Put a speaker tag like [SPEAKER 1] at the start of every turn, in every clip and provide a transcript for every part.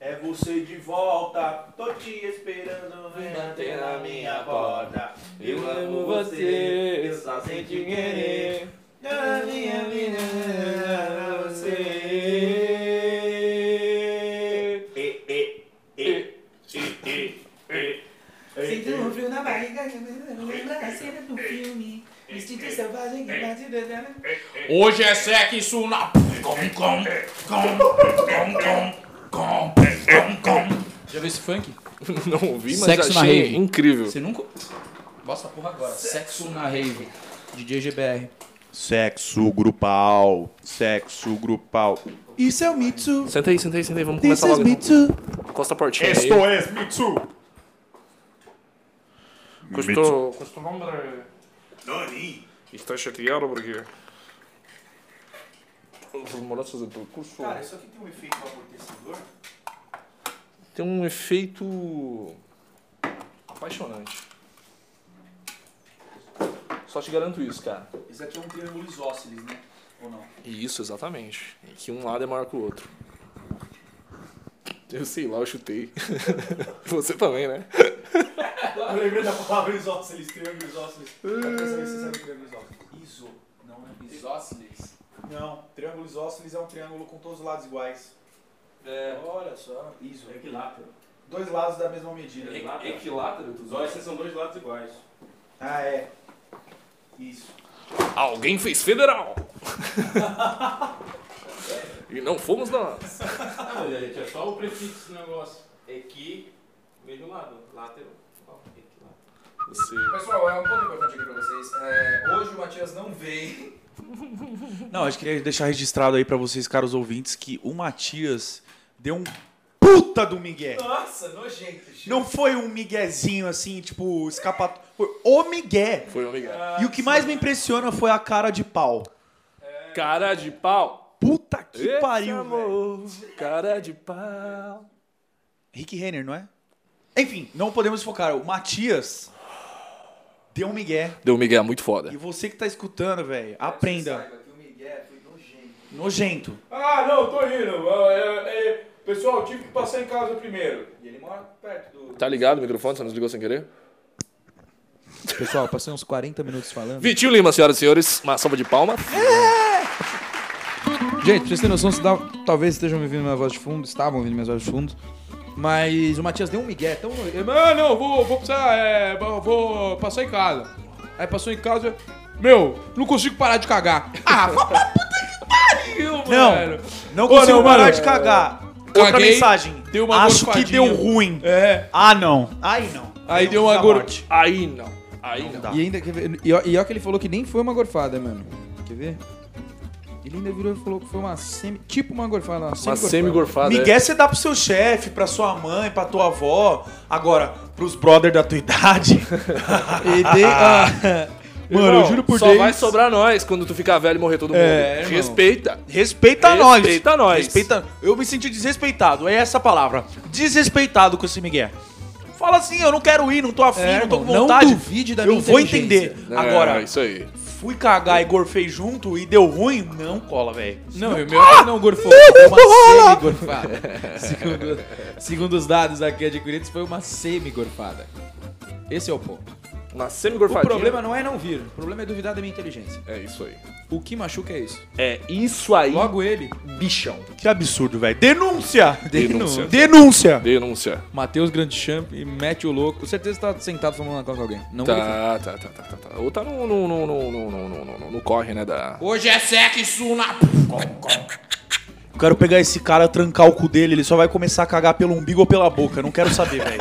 [SPEAKER 1] É você de volta, tô te esperando vem bater na minha porta. Eu amo você, eu só sei te querer. Na minha vida, na você. E, e, e, e, e, e.
[SPEAKER 2] Sinto um frio
[SPEAKER 1] É,
[SPEAKER 2] na barriga, né? lembra da cena do filme.
[SPEAKER 1] é.
[SPEAKER 2] Instinto selvagem que bate dentro
[SPEAKER 3] Hoje é sexo na. Com, com, com, com, com, com, com. Já viu esse funk?
[SPEAKER 4] Não ouvi, mas
[SPEAKER 3] Sexo na
[SPEAKER 4] achei
[SPEAKER 3] rave.
[SPEAKER 4] incrível.
[SPEAKER 3] Você nunca. Bosta porra agora. Sexo na rave. DJ GBR.
[SPEAKER 1] Sexo grupal, sexo grupal.
[SPEAKER 2] Isso é o Mitsu.
[SPEAKER 4] Senta aí, senta aí, senta aí, vamos
[SPEAKER 2] This is
[SPEAKER 4] começar logo. então.
[SPEAKER 2] Mitsu.
[SPEAKER 4] Costa a portinha aí.
[SPEAKER 1] Esto es Mitsu.
[SPEAKER 4] Custou, custou nombre.
[SPEAKER 1] Nani.
[SPEAKER 4] Está chateado porque... Os molasses do percurso...
[SPEAKER 1] Cara, isso aqui tem um efeito amortecedor?
[SPEAKER 4] Tem um efeito... Apaixonante. Só te garanto isso, cara.
[SPEAKER 1] Isso aqui é um triângulo isósceles, né? Ou não?
[SPEAKER 4] Isso, exatamente. E que um lado é maior que o outro. Eu sei lá, eu chutei. Você também, né?
[SPEAKER 1] Eu lembrei da palavra isósceles, triângulo isósceles. Eu quero saber se você sabe o triângulo isósceles. Iso, não é iso.
[SPEAKER 3] Isósceles.
[SPEAKER 1] Não, triângulo isósceles é um triângulo com todos os lados iguais.
[SPEAKER 3] É.
[SPEAKER 1] Olha só, É iso.
[SPEAKER 5] Equilátero.
[SPEAKER 1] Dois lados da mesma medida.
[SPEAKER 3] Equilátero dos
[SPEAKER 5] Os ósseos são dois lados iguais.
[SPEAKER 1] Ah, é. Isso.
[SPEAKER 4] Alguém fez federal! e não fomos nós.
[SPEAKER 5] Ah, mas gente, é só o prefixo do negócio. Equi, mesmo lado. Látero. Ó, equilátero.
[SPEAKER 4] Você...
[SPEAKER 3] Pessoal, é um ponto importante aqui pra vocês. É, hoje o Matias não veio.
[SPEAKER 1] Não, eu queria deixar registrado aí pra vocês, caros ouvintes, que o Matias deu um puta do Miguel.
[SPEAKER 3] Nossa, nojento.
[SPEAKER 1] Não foi um miguezinho assim, tipo, escapatório. Foi o migué.
[SPEAKER 4] Foi, um amiga.
[SPEAKER 1] E o que mais me impressiona foi a cara de pau.
[SPEAKER 4] Cara de pau.
[SPEAKER 1] Puta que
[SPEAKER 4] Esse
[SPEAKER 1] pariu, velho.
[SPEAKER 4] amor, Cara de pau.
[SPEAKER 1] Rick Renner, não é? Enfim, não podemos focar. O Matias deu um migué.
[SPEAKER 4] Deu um migué muito foda.
[SPEAKER 1] E você que tá escutando, velho, aprenda.
[SPEAKER 3] Saiba que o Miguel foi nojento.
[SPEAKER 1] Nojento.
[SPEAKER 5] Ah, não, tô indo. Ah, é, é, pessoal, tive que passar em casa primeiro.
[SPEAKER 3] E ele mora perto do.
[SPEAKER 4] Tá ligado o microfone? Você não desligou sem querer?
[SPEAKER 3] Pessoal, passei uns 40 minutos falando.
[SPEAKER 4] Vitinho Lima, senhoras e senhores. Uma salva de palmas.
[SPEAKER 3] Gente, pra vocês terem noção, se dá- talvez estejam ouvindo minha voz de fundo, estavam ouvindo minhas vozes de fundo. Mas o Matias deu um migué tão. ele, Mano, não, vou, vou precisar. é, vou- vou passar em casa. Aí passou em casa. Meu, não consigo parar de cagar. Ah, vai pra puta que pariu, mano.
[SPEAKER 1] Não, não
[SPEAKER 3] Ô,
[SPEAKER 1] consigo
[SPEAKER 3] não,
[SPEAKER 1] parar
[SPEAKER 3] mano.
[SPEAKER 1] de cagar. Outra
[SPEAKER 3] Caguei,
[SPEAKER 1] mensagem.
[SPEAKER 3] deu uma
[SPEAKER 1] Acho que
[SPEAKER 3] gorfadinha.
[SPEAKER 1] deu ruim.
[SPEAKER 3] É.
[SPEAKER 1] Ah, não. Aí não.
[SPEAKER 3] Aí
[SPEAKER 1] Deus
[SPEAKER 3] deu uma
[SPEAKER 1] da
[SPEAKER 3] gor-
[SPEAKER 1] morte.
[SPEAKER 4] Aí não. Aí não.
[SPEAKER 1] dá.
[SPEAKER 3] E ainda. quer ver- E ó, e ó que ele falou que nem foi uma gorfada, mano. Quer ver? Ele ainda virou e falou que foi uma semi. Tipo uma gorfada, uma
[SPEAKER 4] Uma
[SPEAKER 3] semi-gorfada.
[SPEAKER 4] semi-gorfada.
[SPEAKER 1] Miguel você dá pro seu chefe, pra sua mãe, pra tua avó. Agora, pros brother da tua idade.
[SPEAKER 3] E dei- ah, mano, eu juro por
[SPEAKER 4] é. só
[SPEAKER 3] Deus.
[SPEAKER 4] vai sobrar nós quando tu ficar velho e morrer todo mundo.
[SPEAKER 3] É, irmão.
[SPEAKER 4] Respeita.
[SPEAKER 1] Respeita, nós.
[SPEAKER 4] Respeita nós.
[SPEAKER 1] Respeita. Eu me senti desrespeitado. É essa a palavra. Desrespeitado com esse Miguel. Fala assim, eu não quero ir, não tô afim,
[SPEAKER 3] É,
[SPEAKER 1] não tô com
[SPEAKER 3] irmão, não
[SPEAKER 1] vontade.
[SPEAKER 3] duvide da
[SPEAKER 1] eu
[SPEAKER 3] minha
[SPEAKER 1] vou
[SPEAKER 3] inteligência.
[SPEAKER 1] entender. Agora,
[SPEAKER 4] É, isso aí.
[SPEAKER 1] fui cagar e gorfei junto e deu ruim, não cola, velho.
[SPEAKER 3] Não, e o meu é que não gorfou, foi uma semi-gorfada. Segundo, segundo os dados aqui adquiridos, foi uma semi-gorfada. Esse é o ponto.
[SPEAKER 4] Uma
[SPEAKER 3] O
[SPEAKER 4] semi-gorfadinha.
[SPEAKER 3] problema não é não vir, o problema é duvidar da minha inteligência.
[SPEAKER 4] É isso aí.
[SPEAKER 3] O que machuca é isso.
[SPEAKER 4] É isso aí,
[SPEAKER 3] Logo ele,
[SPEAKER 4] bichão.
[SPEAKER 1] Que absurdo, velho. Denúncia!
[SPEAKER 4] Denúncia.
[SPEAKER 1] Denúncia!
[SPEAKER 4] Denúncia.
[SPEAKER 3] Matheus Grande Champ e mete o louco. Com certeza tá sentado falando na cama com alguém. Não verifica.
[SPEAKER 4] Tá, tá, tá, tá, tá, tá. Ou tá no, no, no, no, no, no, no, no, no, no corre, né? Da...
[SPEAKER 3] Hoje é sexo na...
[SPEAKER 1] Eu quero pegar esse cara, trancar o cu dele, ele só vai começar a cagar pelo umbigo ou pela boca. Não quero saber, velho.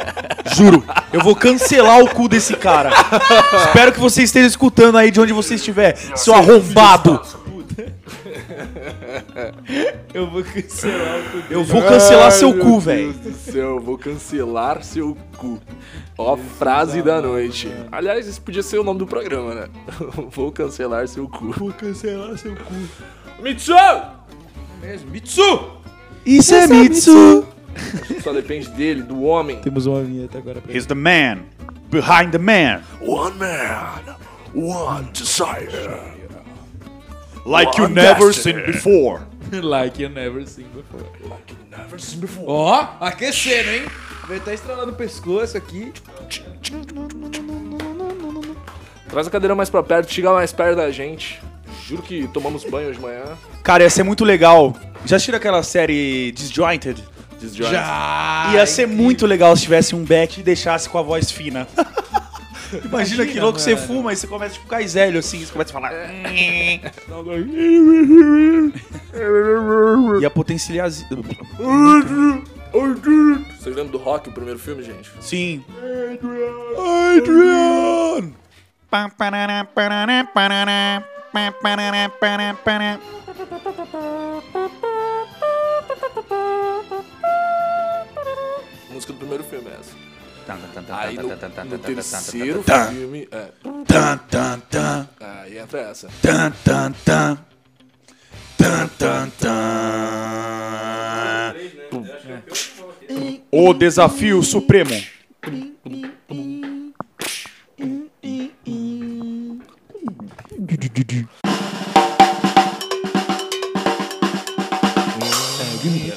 [SPEAKER 1] Juro. Eu vou cancelar o cu desse cara. Espero que você esteja escutando aí de onde você estiver,
[SPEAKER 3] é um
[SPEAKER 1] seu arrombado.
[SPEAKER 3] Eu vou cancelar o cu.
[SPEAKER 1] Eu vou cancelar seu cu,
[SPEAKER 4] Meu
[SPEAKER 1] velho.
[SPEAKER 4] Deus do céu, vou cancelar seu cu. Ó, frase da noite. Aliás, isso podia ser o nome do programa, né? Vou cancelar seu cu. Vou cancelar seu cu. Mitsu!
[SPEAKER 3] mesmo. Mitsu!
[SPEAKER 1] Isso é Mitsu.
[SPEAKER 4] Só depende dele, do homem.
[SPEAKER 3] Temos uma vinheta agora pra
[SPEAKER 1] He's the man. Behind the man.
[SPEAKER 4] One man, one desire.
[SPEAKER 1] Like you
[SPEAKER 4] One
[SPEAKER 1] never
[SPEAKER 4] destiny.
[SPEAKER 1] seen before.
[SPEAKER 6] like you never seen before.
[SPEAKER 4] Like you never seen before.
[SPEAKER 6] Ó, aquecendo, hein? Vai estar
[SPEAKER 3] tá
[SPEAKER 6] estralando o pescoço aqui.
[SPEAKER 4] Traz a cadeira mais pra perto, chega mais perto da gente. Juro que tomamos banho hoje de manhã.
[SPEAKER 1] Cara, ia ser muito legal. Já assistiram aquela série Disjointed?
[SPEAKER 4] Disjoint.
[SPEAKER 6] Já!
[SPEAKER 1] ia ser muito legal se tivesse um back e deixasse com a voz fina. Imagina, que louco você
[SPEAKER 6] mano.
[SPEAKER 1] fuma e você começa tipo caisélio assim, você começa a falar. Ia potencializar.
[SPEAKER 4] Vocês lembram do Rock, o primeiro filme, gente?
[SPEAKER 1] Sim.
[SPEAKER 4] A música do primeiro filme é essa. Aí no, no
[SPEAKER 7] Aí
[SPEAKER 4] terceiro filme... É,
[SPEAKER 1] Tan, tan, tan,
[SPEAKER 4] aí entra essa.
[SPEAKER 1] tan, tan, tan. Tan, tan, tan.
[SPEAKER 5] Três, né? Eu acho que é o pior que eu coloquei.
[SPEAKER 1] O desafio supremo.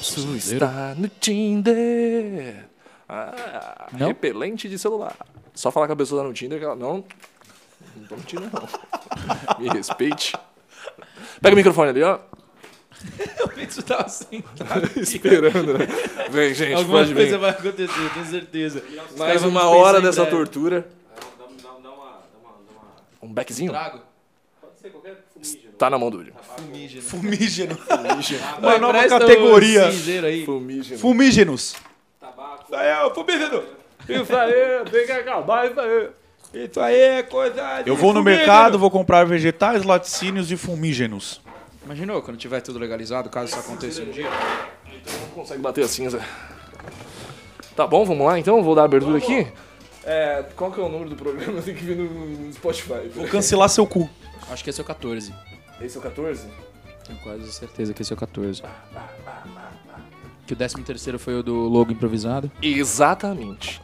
[SPEAKER 4] Isso está no Tinder. Ah,
[SPEAKER 6] Não?
[SPEAKER 4] repelente de celular. Só falar que a pessoa tá no Tinder que ela... Não, não tô no Tinder, não. Me respeite. Pega o microfone ali, ó.
[SPEAKER 6] Isso tá assim.
[SPEAKER 4] Esperando, né? Vem, gente,
[SPEAKER 6] Alguma
[SPEAKER 4] pode vir.
[SPEAKER 6] coisa vai acontecer, eu tenho certeza.
[SPEAKER 4] Mais
[SPEAKER 6] vão
[SPEAKER 4] uma
[SPEAKER 6] dispensar
[SPEAKER 4] hora
[SPEAKER 6] em
[SPEAKER 4] dessa
[SPEAKER 6] breve.
[SPEAKER 4] tortura.
[SPEAKER 5] Dá, um- dá, um- dá uma. Dá uma, dá uma...
[SPEAKER 4] Um beckzinho?
[SPEAKER 6] Trago.
[SPEAKER 5] Pode ser qualquer fumígeno.
[SPEAKER 4] Tá na mão do Yuri.
[SPEAKER 6] Fumígeno.
[SPEAKER 1] Fumígeno.
[SPEAKER 6] Vai,
[SPEAKER 1] Uma nova
[SPEAKER 6] presta o
[SPEAKER 1] categoria.
[SPEAKER 6] cinzeiro aí.
[SPEAKER 4] Fumígeno.
[SPEAKER 1] Fumígenos.
[SPEAKER 5] Tabaco.
[SPEAKER 6] Rafael, fumígeno.
[SPEAKER 4] Isso aí, tem que acabar isso aí.
[SPEAKER 6] Isso aí é coisa de
[SPEAKER 1] Eu vou no
[SPEAKER 6] fumígeno.
[SPEAKER 1] mercado, vou comprar vegetais, laticínios e fumígenos.
[SPEAKER 6] Imaginou quando tiver tudo legalizado, caso isso aconteça um dia?
[SPEAKER 4] Não consegue bater a cinza. Tá bom, vamos lá então? Vou dar a abertura aqui. É, qual que é o número do programa? Tem que vir no, no Spotify.
[SPEAKER 1] Vou cancelar seu cu.
[SPEAKER 6] Acho que esse é o 14.
[SPEAKER 4] Esse é o 14?
[SPEAKER 6] Tenho quase certeza que esse é o 14. Que o 13 terceiro foi o do logo improvisado.
[SPEAKER 4] Exatamente.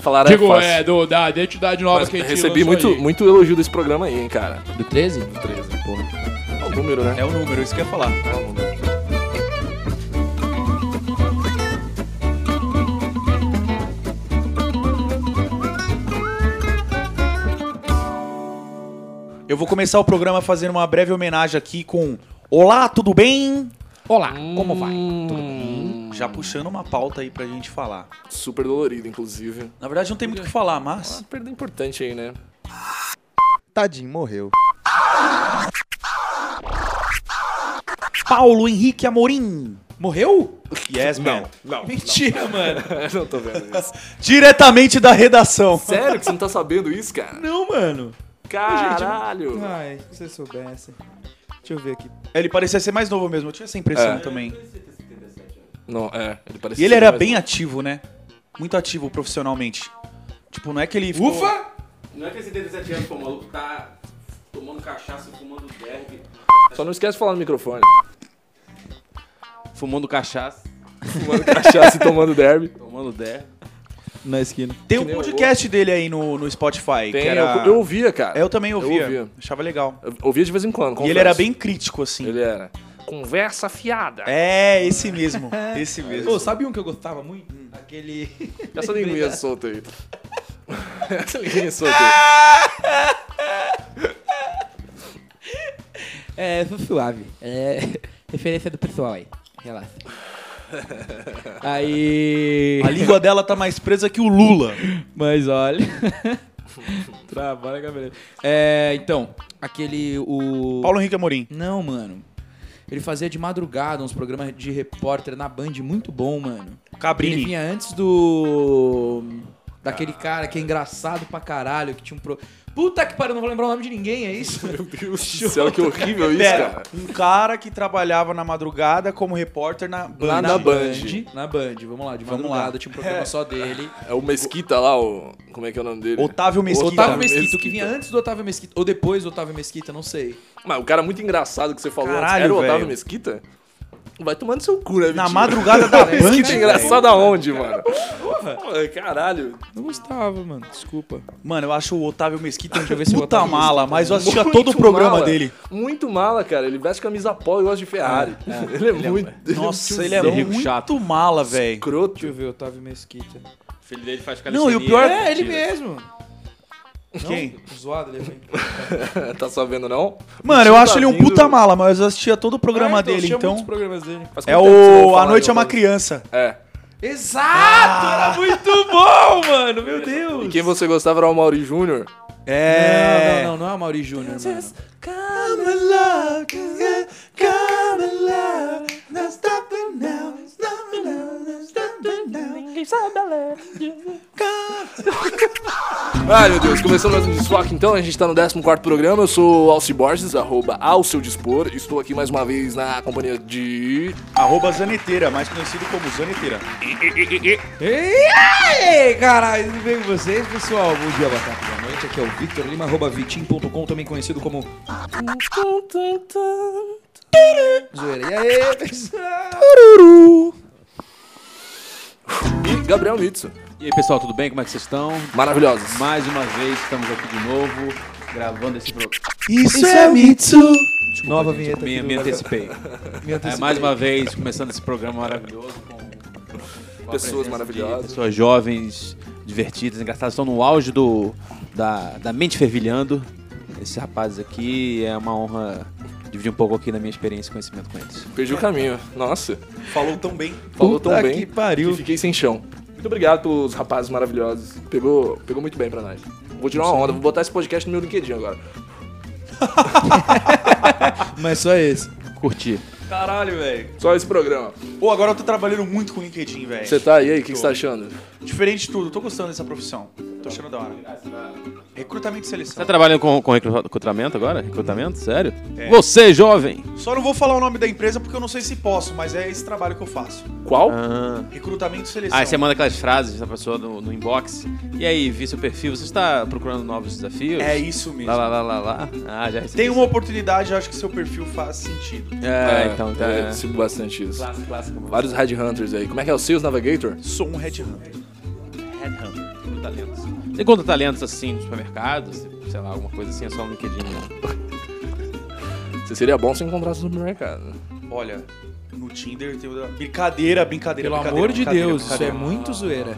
[SPEAKER 4] Falaram é
[SPEAKER 6] Digo,
[SPEAKER 4] fácil.
[SPEAKER 6] é, do, da identidade nova
[SPEAKER 4] Mas
[SPEAKER 6] que a gente
[SPEAKER 4] recebi
[SPEAKER 6] lançou
[SPEAKER 4] muito,
[SPEAKER 6] aí.
[SPEAKER 4] muito elogio desse programa aí, hein, cara.
[SPEAKER 6] Do 13? Do 13, porra.
[SPEAKER 4] É o número, né?
[SPEAKER 1] É o número, isso que eu ia falar.
[SPEAKER 4] É o número.
[SPEAKER 1] Eu vou começar o programa fazendo uma breve homenagem aqui com Olá, tudo bem?
[SPEAKER 6] Olá, como vai? Tudo
[SPEAKER 1] Já puxando uma pauta aí pra gente falar.
[SPEAKER 4] Super dolorido, inclusive.
[SPEAKER 1] Na verdade, não tem muito o que falar, mas.
[SPEAKER 4] Uma perda importante aí, né?
[SPEAKER 7] Tadinho, morreu.
[SPEAKER 1] Paulo Henrique Amorim.
[SPEAKER 6] Morreu?
[SPEAKER 1] Yes, man.
[SPEAKER 4] Não.
[SPEAKER 6] Mentira, mano.
[SPEAKER 4] não tô vendo isso.
[SPEAKER 1] Diretamente da redação.
[SPEAKER 4] Sério que você não tá sabendo isso, cara?
[SPEAKER 6] Não, mano.
[SPEAKER 4] Caralho!
[SPEAKER 1] ah.
[SPEAKER 7] Ai, se você soubesse. Ah, é. Deixa eu ver aqui.
[SPEAKER 1] Ele parecia ser mais novo mesmo, eu tinha essa impressão
[SPEAKER 4] É.
[SPEAKER 1] também.
[SPEAKER 4] Não, é, ele parecia.
[SPEAKER 1] E ele era
[SPEAKER 4] mais-
[SPEAKER 1] bem ativo, né? Muito ativo profissionalmente. Tipo, não é que ele. ficou-
[SPEAKER 6] Ufa!
[SPEAKER 5] Não é que esse 17 anos, pô, o maluco tá tomando cachaça, fumando derby.
[SPEAKER 4] Só não esquece de falar no microfone.
[SPEAKER 8] Fumando cachaça,
[SPEAKER 4] Fumando cachaça e tomando derby.
[SPEAKER 8] tomando der.
[SPEAKER 7] Na esquina.
[SPEAKER 1] Tem um
[SPEAKER 4] nem o
[SPEAKER 1] podcast dele aí no, no Spotify.
[SPEAKER 4] Tem,
[SPEAKER 1] que era... É,
[SPEAKER 4] eu, eu ouvia, cara.
[SPEAKER 1] Eu também ouvia.
[SPEAKER 4] ouvia.
[SPEAKER 1] Achava legal.
[SPEAKER 4] Eu ouvia de vez em quando.
[SPEAKER 1] E
[SPEAKER 4] confesso.
[SPEAKER 1] ele era bem crítico, assim.
[SPEAKER 4] Ele era. Conversa fiada.
[SPEAKER 1] É, esse mesmo. Esse mesmo.
[SPEAKER 6] Ô, sabe um que eu gostava muito?
[SPEAKER 7] Hum.
[SPEAKER 6] Aquele...
[SPEAKER 4] Essa linguinha solta aí. Essa linguinha solta aí.
[SPEAKER 3] É, eu sou suave. É referência do pessoal aí. Relaxa. Aí.
[SPEAKER 1] A língua dela tá mais presa que o Lula.
[SPEAKER 3] Mas olha.
[SPEAKER 6] Trabalha, cabelo.
[SPEAKER 3] É, então, aquele. O.
[SPEAKER 1] Paulo Henrique Amorim.
[SPEAKER 3] Não, mano. Ele fazia de madrugada uns programas de repórter na Band muito bom, mano. Ele
[SPEAKER 1] Cabrini.
[SPEAKER 3] vinha antes do. Daquele cara que é engraçado pra caralho, que tinha um pro. Puta que pariu, não vou lembrar o nome de ninguém, é isso?
[SPEAKER 4] Meu Deus do céu, que horrível isso,
[SPEAKER 1] Pera,
[SPEAKER 4] cara.
[SPEAKER 1] um cara que trabalhava na madrugada como repórter na
[SPEAKER 4] Lá
[SPEAKER 1] Band.
[SPEAKER 4] na Band.
[SPEAKER 3] Na Band, vamos lá, de
[SPEAKER 1] Vamos
[SPEAKER 3] madrugada,
[SPEAKER 1] lá.
[SPEAKER 3] tinha um programa só dele.
[SPEAKER 4] É o Mesquita lá, o. Como é que é o nome dele?
[SPEAKER 1] Otávio Mesquita.
[SPEAKER 3] Otávio
[SPEAKER 4] Mesquita.
[SPEAKER 3] Mesquita, o que vinha antes do Otávio Mesquita, ou depois do Otávio Mesquita, não sei.
[SPEAKER 4] Mas o cara muito engraçado que você falou antes,
[SPEAKER 1] Caralho,
[SPEAKER 4] era o Otávio
[SPEAKER 1] velho.
[SPEAKER 4] Mesquita? Vai tomando seu cu, né,
[SPEAKER 1] Na
[SPEAKER 4] Vitinho?
[SPEAKER 1] madrugada da Band.
[SPEAKER 4] Mesquita é engraçado aonde, mano?
[SPEAKER 6] gostava.
[SPEAKER 4] Pô, caralho.
[SPEAKER 6] Não gostava, mano. Desculpa.
[SPEAKER 1] Mano, eu acho o Otávio Mesquita um
[SPEAKER 6] eu ver se o
[SPEAKER 1] puta
[SPEAKER 6] Otávio
[SPEAKER 1] mala, mas eu assistia
[SPEAKER 4] Muito
[SPEAKER 1] todo o programa
[SPEAKER 4] mala.
[SPEAKER 1] dele.
[SPEAKER 4] Muito mala, cara. Ele veste camisa polo e gosta de Ferrari. ele é muito. ele é
[SPEAKER 1] Nossa,
[SPEAKER 4] tiozão,
[SPEAKER 1] ele é
[SPEAKER 7] rico
[SPEAKER 1] muito
[SPEAKER 7] chato.
[SPEAKER 1] mala, velho.
[SPEAKER 6] Deixa eu
[SPEAKER 4] Escroto.
[SPEAKER 6] ver, Otávio Mesquita.
[SPEAKER 5] O filho dele faz calistenia.
[SPEAKER 1] Não, e o pior
[SPEAKER 6] É, ele
[SPEAKER 5] mentira.
[SPEAKER 6] mesmo.
[SPEAKER 1] Quem?
[SPEAKER 6] Zoado, ele é ruim.
[SPEAKER 1] um-
[SPEAKER 4] tá sabendo, não?
[SPEAKER 1] Mano, eu
[SPEAKER 4] Tá
[SPEAKER 1] acho ele um
[SPEAKER 4] vindo-
[SPEAKER 1] puta mala, mas eu assistia todo o programa
[SPEAKER 6] Ah, então,
[SPEAKER 1] dele,
[SPEAKER 6] tinha muitos
[SPEAKER 1] então.
[SPEAKER 6] programas dele.
[SPEAKER 4] Faz
[SPEAKER 1] É
[SPEAKER 4] quanto tempo você não
[SPEAKER 1] o
[SPEAKER 4] fala
[SPEAKER 1] A Noite
[SPEAKER 4] de
[SPEAKER 1] é uma
[SPEAKER 4] Otávio?
[SPEAKER 1] Criança.
[SPEAKER 4] É.
[SPEAKER 6] Exato!
[SPEAKER 3] Ah!
[SPEAKER 6] Era muito bom, mano! Meu Deus!
[SPEAKER 4] E quem você gostava era o Mauri Júnior.
[SPEAKER 1] É.
[SPEAKER 3] Não, não, não, não é o Mauri Júnior, mano.
[SPEAKER 4] Ai, meu Deus, começando mais um desfoque então, a gente tá no 14 programa, eu sou o Alci Borges, arroba ao seu dispor, estou aqui mais uma vez na companhia de...
[SPEAKER 1] Arroba Zaneteira, mais conhecido como Zaneteira.
[SPEAKER 3] Ei, caralho, tudo bem com vocês, pessoal? Bom dia, boa tarde, boa noite. Aqui é o Victor Lima, arroba vitim.com, também conhecido como... Zoeira. E aí, pessoal?
[SPEAKER 4] e Gabriel Mitsu.
[SPEAKER 5] E aí, pessoal, tudo bem? Como é que vocês estão?
[SPEAKER 4] Maravilhosos.
[SPEAKER 5] Mais uma vez, estamos aqui de novo, gravando esse programa.
[SPEAKER 1] Isso é Mitsu.
[SPEAKER 3] Nova vinheta.
[SPEAKER 5] Me,
[SPEAKER 3] aqui do
[SPEAKER 5] me
[SPEAKER 3] Gabriel.
[SPEAKER 5] antecipei.
[SPEAKER 3] Me
[SPEAKER 5] É,
[SPEAKER 3] antecipei.
[SPEAKER 5] mais uma vez, começando esse programa maravilhoso com, com a
[SPEAKER 4] Pessoas
[SPEAKER 5] presença de
[SPEAKER 4] maravilhosas.
[SPEAKER 5] Pessoas jovens, divertidas, engraçadas, estão no auge do, da, da mente fervilhando. Esse rapaz aqui é uma honra dividir um pouco aqui da minha experiência e conhecimento com eles.
[SPEAKER 4] Perdi o caminho, nossa,
[SPEAKER 1] Falou tão bem.
[SPEAKER 4] falou
[SPEAKER 7] Puta
[SPEAKER 4] tão bem
[SPEAKER 7] que pariu.
[SPEAKER 4] que fiquei sem chão. Muito obrigado pelos rapazes maravilhosos, pegou, pegou muito bem pra nós. Vou tirar uma onda, vou botar esse podcast no meu LinkedIn agora.
[SPEAKER 7] Mas só esse.
[SPEAKER 5] Curti.
[SPEAKER 1] Caralho, velho.
[SPEAKER 4] Só esse programa.
[SPEAKER 1] Pô, agora eu tô trabalhando muito com o LinkedIn,
[SPEAKER 5] É.
[SPEAKER 1] velho.
[SPEAKER 4] Você tá aí, aí, o que que você tá achando?
[SPEAKER 1] Diferente de tudo, tô gostando dessa profissão. Tô achando da hora. Recrutamento e
[SPEAKER 5] Você
[SPEAKER 1] seleção.
[SPEAKER 5] trabalha tá com, com recru- recrutamento agora? Recrutamento? Sério? É. Você, jovem!
[SPEAKER 1] Só não vou falar o nome da empresa porque eu não sei se posso, mas é esse trabalho que eu faço.
[SPEAKER 4] Qual?
[SPEAKER 5] Ah, é
[SPEAKER 1] Recrutamento e seleção.
[SPEAKER 5] aí você manda aquelas frases da pessoa no, no inbox. E aí, vi seu perfil, você está procurando novos desafios?
[SPEAKER 1] É isso mesmo.
[SPEAKER 5] Lá, lá, lá, lá, lá. Ah, já recebi.
[SPEAKER 1] Tem uma oportunidade, eu acho que seu perfil faz sentido.
[SPEAKER 5] É, então tá.
[SPEAKER 4] Eu sigo bastante isso.
[SPEAKER 5] Clássico, clássico.
[SPEAKER 4] Vários Red Hunters aí. Como é que é o Sales Navigator?
[SPEAKER 1] Sou um headhunter.
[SPEAKER 5] Headhunter, talentos. Você encontra talentos assim no supermercado, se- sei lá, alguma coisa assim, é só no LinkedIn. né?
[SPEAKER 4] Você seria bom se encontrasse no supermercado.
[SPEAKER 1] Olha, no Tinder tem uma... Brincadeira, brincadeira,
[SPEAKER 6] Pelo
[SPEAKER 1] brincadeira,
[SPEAKER 6] amor de
[SPEAKER 1] brincadeira,
[SPEAKER 6] Deus, isso é
[SPEAKER 1] brincadeira.
[SPEAKER 6] muito zoeira.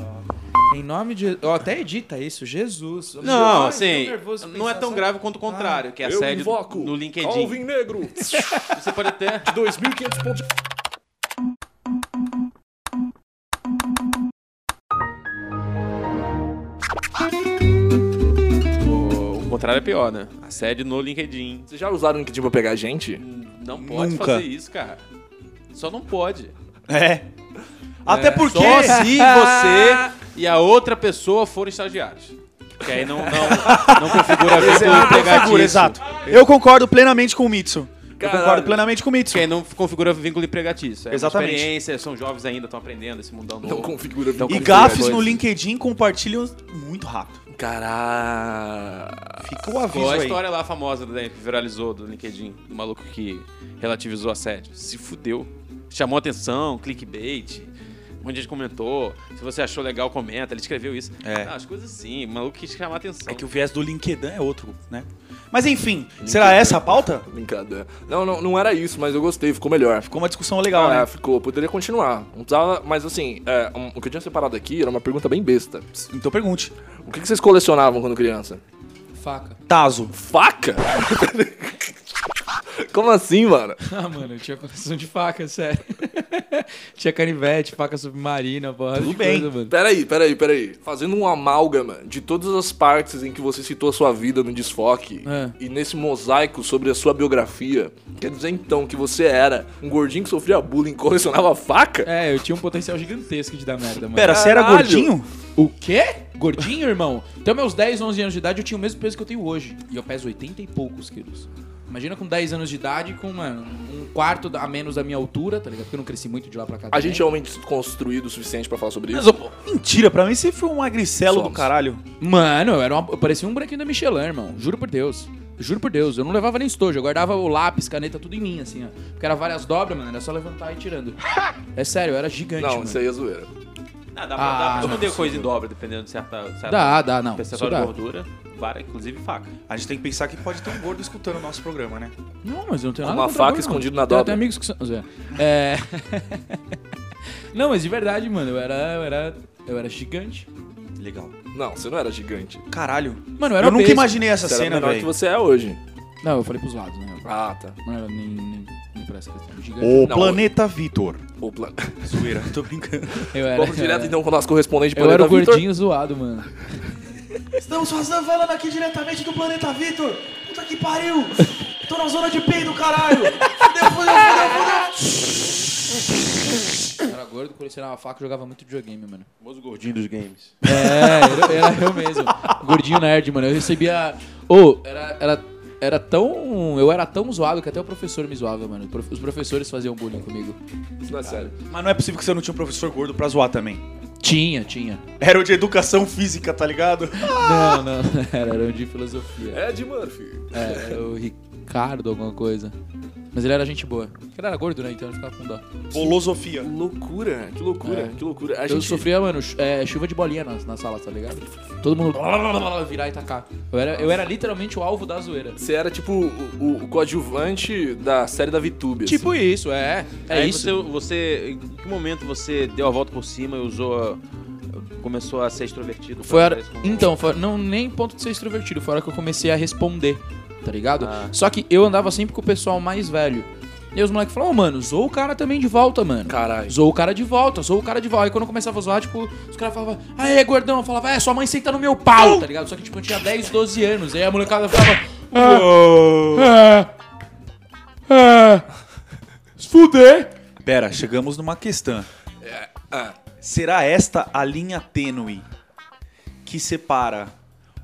[SPEAKER 6] Em nome de. Eu até edita isso, Jesus.
[SPEAKER 5] Não,
[SPEAKER 6] Ai,
[SPEAKER 5] assim,
[SPEAKER 6] tô nervoso de
[SPEAKER 5] não é
[SPEAKER 6] pensar,
[SPEAKER 5] tão
[SPEAKER 6] sabe?
[SPEAKER 5] grave quanto o contrário, que é assédio no LinkedIn.
[SPEAKER 4] Alvin Negro.
[SPEAKER 5] Você pode até...
[SPEAKER 4] 2.500 pontos.
[SPEAKER 5] O, o contrário é pior, né? Assédio no LinkedIn.
[SPEAKER 4] Vocês já usaram o LinkedIn pra pegar gente?
[SPEAKER 5] Não pode
[SPEAKER 1] Nunca.
[SPEAKER 5] fazer isso, cara. Só não pode.
[SPEAKER 1] É. Até
[SPEAKER 6] É.
[SPEAKER 1] porque...
[SPEAKER 5] Só se você e a outra pessoa forem estagiários. Que aí não, não, não configura vínculo
[SPEAKER 1] Ah,
[SPEAKER 5] empregatício.
[SPEAKER 1] figura, exato. Eu concordo plenamente com o Mitsu. Eu concordo plenamente com o Mitsu.
[SPEAKER 5] Que aí não configura vínculo empregatício. É uma
[SPEAKER 1] Exatamente.
[SPEAKER 5] experiência, são jovens ainda, estão aprendendo esse mundão novo.
[SPEAKER 4] Não configura.
[SPEAKER 5] Não
[SPEAKER 1] E
[SPEAKER 5] configura
[SPEAKER 1] gafes
[SPEAKER 5] coisa.
[SPEAKER 1] no LinkedIn compartilham muito rápido.
[SPEAKER 4] Caralho.
[SPEAKER 1] Fica o
[SPEAKER 5] Ah, Qual é
[SPEAKER 1] aviso
[SPEAKER 5] a
[SPEAKER 1] aí.
[SPEAKER 5] história lá famosa né, que viralizou do LinkedIn, do maluco que relativizou assédio? Se fudeu. Chamou atenção, clickbait. Um monte de gente comentou. Se você achou legal, comenta. Ele escreveu isso.
[SPEAKER 1] É.
[SPEAKER 5] Ah, as coisas assim. O maluco quis chamar atenção.
[SPEAKER 1] É que o viés do LinkedIn é outro, né? Mas enfim, será essa a pauta?
[SPEAKER 4] Brincadeira. Não, não, não era isso, mas eu gostei, ficou melhor.
[SPEAKER 1] Ficou uma discussão legal,
[SPEAKER 4] Ah,
[SPEAKER 1] né?
[SPEAKER 4] ficou, poderia continuar. Não precisava, mas assim, é, um- o que eu tinha separado aqui era uma pergunta bem besta.
[SPEAKER 1] Então pergunte.
[SPEAKER 4] O que que vocês colecionavam quando criança?
[SPEAKER 6] Faca.
[SPEAKER 1] Tazo.
[SPEAKER 4] Faca? Como assim, mano?
[SPEAKER 6] Ah, mano, eu tinha coleção de faca, sério. tinha canivete, faca submarina, porra.
[SPEAKER 1] Tudo
[SPEAKER 6] de
[SPEAKER 1] bem.
[SPEAKER 6] Coisa, mano.
[SPEAKER 4] Peraí, peraí, peraí. Fazendo um amálgama de todas as partes em que você citou a sua vida no desfoque
[SPEAKER 6] É.
[SPEAKER 4] e nesse mosaico sobre a sua biografia, quer dizer então que você era um gordinho que sofria bullying e colecionava faca?
[SPEAKER 6] É, eu tinha um potencial gigantesco de dar merda, mano.
[SPEAKER 1] Pera, você era
[SPEAKER 4] Caralho.
[SPEAKER 1] gordinho?
[SPEAKER 6] O quê? Gordinho, irmão? Então, meus 10, 11 anos de idade, eu tinha o mesmo peso que eu tenho hoje. E eu peso 80 e poucos quilos. Imagina com 10 anos de idade, com, mano, um quarto da- a menos da minha altura, tá ligado? Porque eu não cresci muito de lá pra cá.
[SPEAKER 4] A
[SPEAKER 6] também.
[SPEAKER 4] gente é um homem desconstruído o suficiente pra falar sobre
[SPEAKER 5] Mas,
[SPEAKER 4] isso?
[SPEAKER 5] ô,
[SPEAKER 1] Mentira, pra mim você foi um magricelo do
[SPEAKER 4] Somos.
[SPEAKER 1] caralho.
[SPEAKER 6] Mano, eu, era uma- eu parecia um branquinho da Michelin, irmão. Juro por Deus. Juro por Deus. Eu não levava nem estojo. Eu guardava o lápis, caneta, tudo em mim, assim, ó. Porque era várias dobras, mano. Era só levantar e ir tirando. É sério, eu era gigante,
[SPEAKER 4] Não,
[SPEAKER 6] mano.
[SPEAKER 4] isso aí é zoeira.
[SPEAKER 5] Ah, dá, pra, dá pra
[SPEAKER 3] Ah,
[SPEAKER 5] esconder coisa em dobra, dependendo de certa, certa
[SPEAKER 4] é
[SPEAKER 3] Dá, dá, não. Isso
[SPEAKER 5] percentual de
[SPEAKER 3] dá.
[SPEAKER 5] gordura. Vara, inclusive faca.
[SPEAKER 1] A gente tem que pensar que pode ter um gordo escutando o nosso programa, né?
[SPEAKER 7] Não, mas eu não tenho
[SPEAKER 4] Uma
[SPEAKER 7] nada contra
[SPEAKER 4] faca
[SPEAKER 7] gordo, não.
[SPEAKER 4] escondida na dobra.
[SPEAKER 7] Tenho até amigos que são... Zé. É... não, mas de verdade, mano, eu era... Eu era, eu era gigante.
[SPEAKER 1] Legal.
[SPEAKER 4] Não, você não era gigante.
[SPEAKER 1] Caralho.
[SPEAKER 7] Mano,
[SPEAKER 1] Eu,
[SPEAKER 7] eu era
[SPEAKER 1] nunca
[SPEAKER 7] obeso.
[SPEAKER 1] imaginei essa
[SPEAKER 4] Você
[SPEAKER 1] cena,
[SPEAKER 4] era menor que
[SPEAKER 1] velho.
[SPEAKER 4] você é hoje.
[SPEAKER 7] Não, eu falei pros lados, né?
[SPEAKER 4] Ah, tá.
[SPEAKER 7] Não era nem, nem, nem pra essa questão. Gigante.
[SPEAKER 1] O
[SPEAKER 4] Não,
[SPEAKER 1] Planeta Vitor.
[SPEAKER 4] O plan...
[SPEAKER 1] Zoeira, tô brincando.
[SPEAKER 7] Eu era...
[SPEAKER 4] Vamos
[SPEAKER 7] eu
[SPEAKER 4] direto
[SPEAKER 7] era-
[SPEAKER 4] então com o nosso correspondente
[SPEAKER 7] Eu era
[SPEAKER 4] Planeta
[SPEAKER 7] o
[SPEAKER 4] Vitor.
[SPEAKER 7] gordinho zoado, mano.
[SPEAKER 2] Estamos fazendo, falando aqui diretamente do planeta Vitor. Puta que pariu. Tô na zona de peido, caralho. Fudeu, fudeu, fudeu, fudeu.
[SPEAKER 3] Eu era gordo, colecionava faca e jogava muito videogame, mano.
[SPEAKER 5] Famoso gordinho dos games.
[SPEAKER 3] É, era, era eu mesmo. Gordinho nerd, mano. Eu recebia. Ô, era, era, era tão. Eu era tão zoado que até o professor me zoava, mano. Prof- Os professores faziam bullying comigo.
[SPEAKER 4] Isso não é sério.
[SPEAKER 1] Mas não é possível que você não tinha um professor gordo pra zoar também.
[SPEAKER 3] Tinha, tinha.
[SPEAKER 1] Era o de educação física, tá ligado?
[SPEAKER 3] Não, não, era, era um de filosofia.
[SPEAKER 4] É de Murphy.
[SPEAKER 3] É, era o Ricardo, alguma coisa. Mas ele era gente boa. Porque ele era gordo, né? Então ele ficava com dó.
[SPEAKER 1] Bolosofia.
[SPEAKER 4] Loucura, que loucura,
[SPEAKER 3] É.
[SPEAKER 4] que loucura. A
[SPEAKER 3] eu
[SPEAKER 4] gente
[SPEAKER 3] sofria, mano, chu- é, chuva de bolinha na, na sala, tá ligado? Todo mundo virar e tacar. Eu era, eu era literalmente o alvo da zoeira.
[SPEAKER 4] Você era tipo o, o- o coadjuvante da série da VTube. assim.
[SPEAKER 3] Tipo isso, é. É
[SPEAKER 5] Aí
[SPEAKER 3] isso.
[SPEAKER 5] Você, você- em que momento você deu a volta por cima e usou. a- começou a ser extrovertido?
[SPEAKER 3] Foi a hora-
[SPEAKER 5] Talvez como-
[SPEAKER 3] Então, foi- não nem ponto de ser extrovertido, foi a hora que eu comecei a responder, tá ligado?
[SPEAKER 5] Ah.
[SPEAKER 3] Só que eu andava sempre com o pessoal mais velho. E aí os moleques falavam, "Ô, mano, zoou o cara também de volta, mano.
[SPEAKER 4] Caralho.
[SPEAKER 3] Zoou o cara de volta, zoou o cara de volta. Aí quando eu começava a zoar, tipo, os caras falavam, aê, gordão. Eu falava, é, sua mãe senta no meu pau, tá ligado? Só que, tipo, eu tinha 10, 12 anos. Aí a molecada "Ah, ficava, ah,
[SPEAKER 1] Pera, chegamos numa questão.
[SPEAKER 4] ah.
[SPEAKER 1] Será esta a linha tênue que separa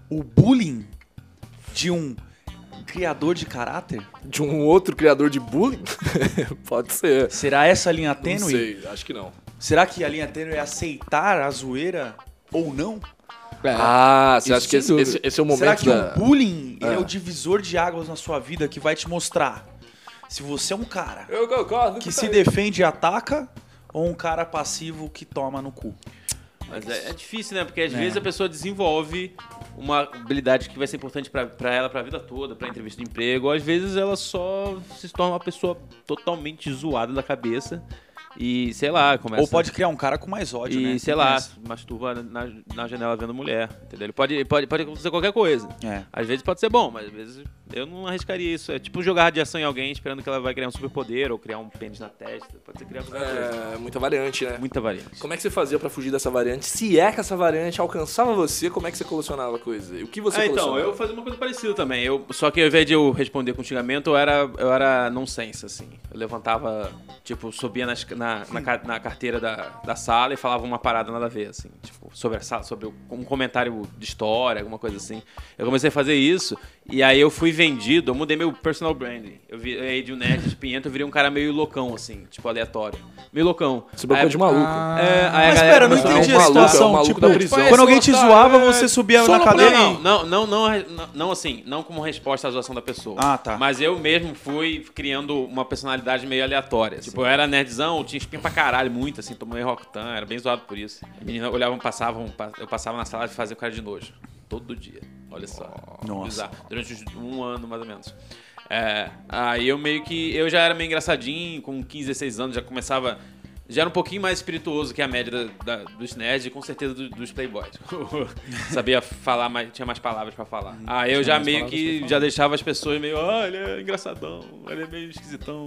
[SPEAKER 1] o bullying de um criador de caráter?
[SPEAKER 4] De um outro criador de bullying? Pode ser.
[SPEAKER 1] Será essa a linha
[SPEAKER 4] Não
[SPEAKER 1] tênue?
[SPEAKER 4] sei, acho que não.
[SPEAKER 1] Será que a linha tênue é aceitar a zoeira ou não?
[SPEAKER 3] É.
[SPEAKER 4] Ah, você
[SPEAKER 3] Isso
[SPEAKER 4] acha que
[SPEAKER 3] sem
[SPEAKER 4] esse,
[SPEAKER 3] dúvida.
[SPEAKER 4] esse- esse é o
[SPEAKER 1] Será
[SPEAKER 4] momento
[SPEAKER 1] que
[SPEAKER 4] da... Ah.
[SPEAKER 1] o bullying ele é o divisor de águas na sua vida que vai te mostrar se você é um cara
[SPEAKER 4] Eu concordo.
[SPEAKER 1] que se defende e ataca ou um cara passivo que toma no cu?
[SPEAKER 5] Mas é, é difícil, né? Porque às vezes a pessoa desenvolve uma habilidade que vai ser importante pra, pra ela pra vida toda, pra entrevista de emprego. Ou às vezes ela só se torna uma pessoa totalmente zoada da cabeça e, sei lá, começa...
[SPEAKER 1] Ou pode criar um cara com mais ódio,
[SPEAKER 5] e,
[SPEAKER 1] né?
[SPEAKER 5] sei lá, se masturba na, na janela vendo mulher, entendeu? Ele pode, pode, pode acontecer qualquer coisa.
[SPEAKER 1] É.
[SPEAKER 5] Às vezes pode ser bom, mas às vezes eu não arriscaria isso. É tipo jogar radiação em alguém esperando que ela vai criar um superpoder ou criar um pênis na testa. Pode ser criar qualquer coisa.
[SPEAKER 4] É, muita variante, né?
[SPEAKER 5] Muita variante.
[SPEAKER 4] Como é que você fazia pra fugir dessa variante? Se é que essa variante alcançava você, como é que você colecionava a coisa? E O que você
[SPEAKER 5] Ah, então,
[SPEAKER 4] colecionava?
[SPEAKER 5] eu fazia uma coisa parecida também. Eu, só que ao invés de eu responder com xingamento, eu era, eu era nonsense, assim. Eu levantava, tipo, subia nas- na, na, ca- na carteira da, da sala e falava uma parada nada a ver, assim. Tipo, sobre a sala, sobre o- um comentário de história, alguma coisa assim. Eu comecei a fazer isso e aí eu fui vendido, eu mudei meu personal branding. Eu virei de um nerd de pinhento, eu virei um cara meio loucão, assim, tipo, aleatório. Meio loucão.
[SPEAKER 4] Você bancou
[SPEAKER 5] Aí-
[SPEAKER 4] de
[SPEAKER 1] Ah.
[SPEAKER 4] maluco.
[SPEAKER 5] É, aí a
[SPEAKER 1] Mas
[SPEAKER 5] galera
[SPEAKER 1] pera, eu não
[SPEAKER 5] começava-
[SPEAKER 4] é um
[SPEAKER 1] entendi a
[SPEAKER 4] maluco, é um
[SPEAKER 1] situação.
[SPEAKER 4] maluco
[SPEAKER 1] tipo,
[SPEAKER 4] da prisão.
[SPEAKER 1] quando alguém te
[SPEAKER 6] Otário,
[SPEAKER 1] zoava,
[SPEAKER 6] é.
[SPEAKER 1] você subia
[SPEAKER 6] Só
[SPEAKER 1] na
[SPEAKER 6] no
[SPEAKER 1] cadeira
[SPEAKER 6] plano.
[SPEAKER 1] e...
[SPEAKER 5] Não, não, não, não, não, não assim, não como resposta à zoação da pessoa.
[SPEAKER 1] Ah, tá.
[SPEAKER 5] Mas eu mesmo fui criando uma personalidade meio aleatória. Tipo, eu era nerdzão, eu tinha espinha pra caralho, muito, assim, tomei Rocktan, era bem zoado por isso. As meninas olhavam, passavam, pa- eu passava na sala e fazia o cara de nojo. Todo dia. Olha só.
[SPEAKER 1] Nossa.
[SPEAKER 5] Bizarro. Durante uns- um ano, mais ou menos. É, aí eu meio que. Eu já era meio engraçadinho, com 15, 16 anos, já começava. Já era um pouquinho mais espirituoso que a média da- da- dos nerds e com certeza do- dos playboys. Sabia falar, mais, tinha mais palavras pra falar. Aí eu já meio que já deixava as pessoas meio, ah, ele é engraçadão, ele é meio esquisitão.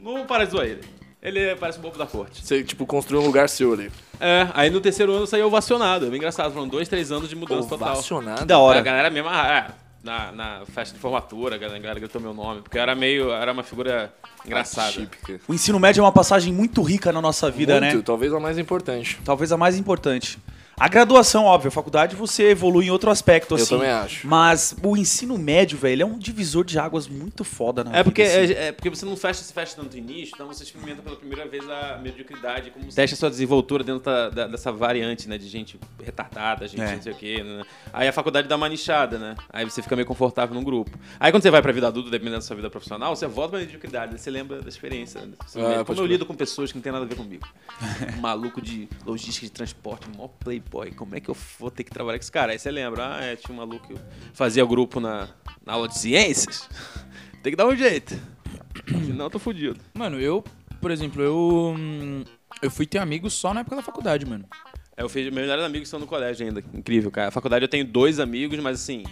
[SPEAKER 5] Não para de zoar ele. Ele é- parece um bobo da corte.
[SPEAKER 4] Você, tipo, construiu um lugar seu ali.
[SPEAKER 5] É, aí no terceiro ano eu saí ovacionado. É bem engraçado, foram dois, três anos de mudança total.
[SPEAKER 1] Que
[SPEAKER 4] Ovacionado.
[SPEAKER 1] da
[SPEAKER 5] A
[SPEAKER 1] hora.
[SPEAKER 5] galera mesmo, ah, é, na, na festa de formatura, a galera, a galera gritou meu nome, porque eu era meio, era uma figura engraçada.
[SPEAKER 4] Típica.
[SPEAKER 1] O ensino médio é uma passagem muito rica na nossa vida,
[SPEAKER 4] Muito,
[SPEAKER 1] né?
[SPEAKER 4] talvez a mais importante.
[SPEAKER 1] Talvez a mais importante. A graduação, óbvio, a faculdade você evolui em outro aspecto,
[SPEAKER 4] Eu
[SPEAKER 1] assim.
[SPEAKER 4] também acho.
[SPEAKER 1] Mas o ensino médio, velho, ele é um divisor de águas muito foda na
[SPEAKER 5] É porque,
[SPEAKER 1] vida, assim.
[SPEAKER 5] é, é porque você não fecha, se fecha tanto no início, então você experimenta pela primeira vez a mediocridade. Como testa sua desenvoltura dentro da- da- dessa variante, né? De gente retardada, gente
[SPEAKER 1] É.
[SPEAKER 5] não sei o quê. né? Aí a faculdade dá uma nichada, né? Aí você fica meio confortável num grupo. Aí quando você vai pra vida adulta, dependendo da sua vida profissional, você volta pra mediocridade, né? você lembra da experiência. né? Você
[SPEAKER 4] Ah,
[SPEAKER 5] lembra,
[SPEAKER 4] pode
[SPEAKER 5] como eu
[SPEAKER 4] crer.
[SPEAKER 5] lido com pessoas que não tem nada a ver comigo. Um maluco de logística de transporte, mó playboy. Como é que eu vou ter que trabalhar com esse cara? Aí você lembra, ah, é, tinha um maluco que fazia grupo na, na aula de ciências. Tem que dar um jeito. Senão eu tô fudido.
[SPEAKER 7] Mano, eu, por exemplo, eu. hum, Eu fui ter amigos só na época da faculdade, mano.
[SPEAKER 5] É, Eu fiz, meus melhores amigos estão no colégio ainda. Incrível, cara. A faculdade eu tenho dois amigos, mas assim,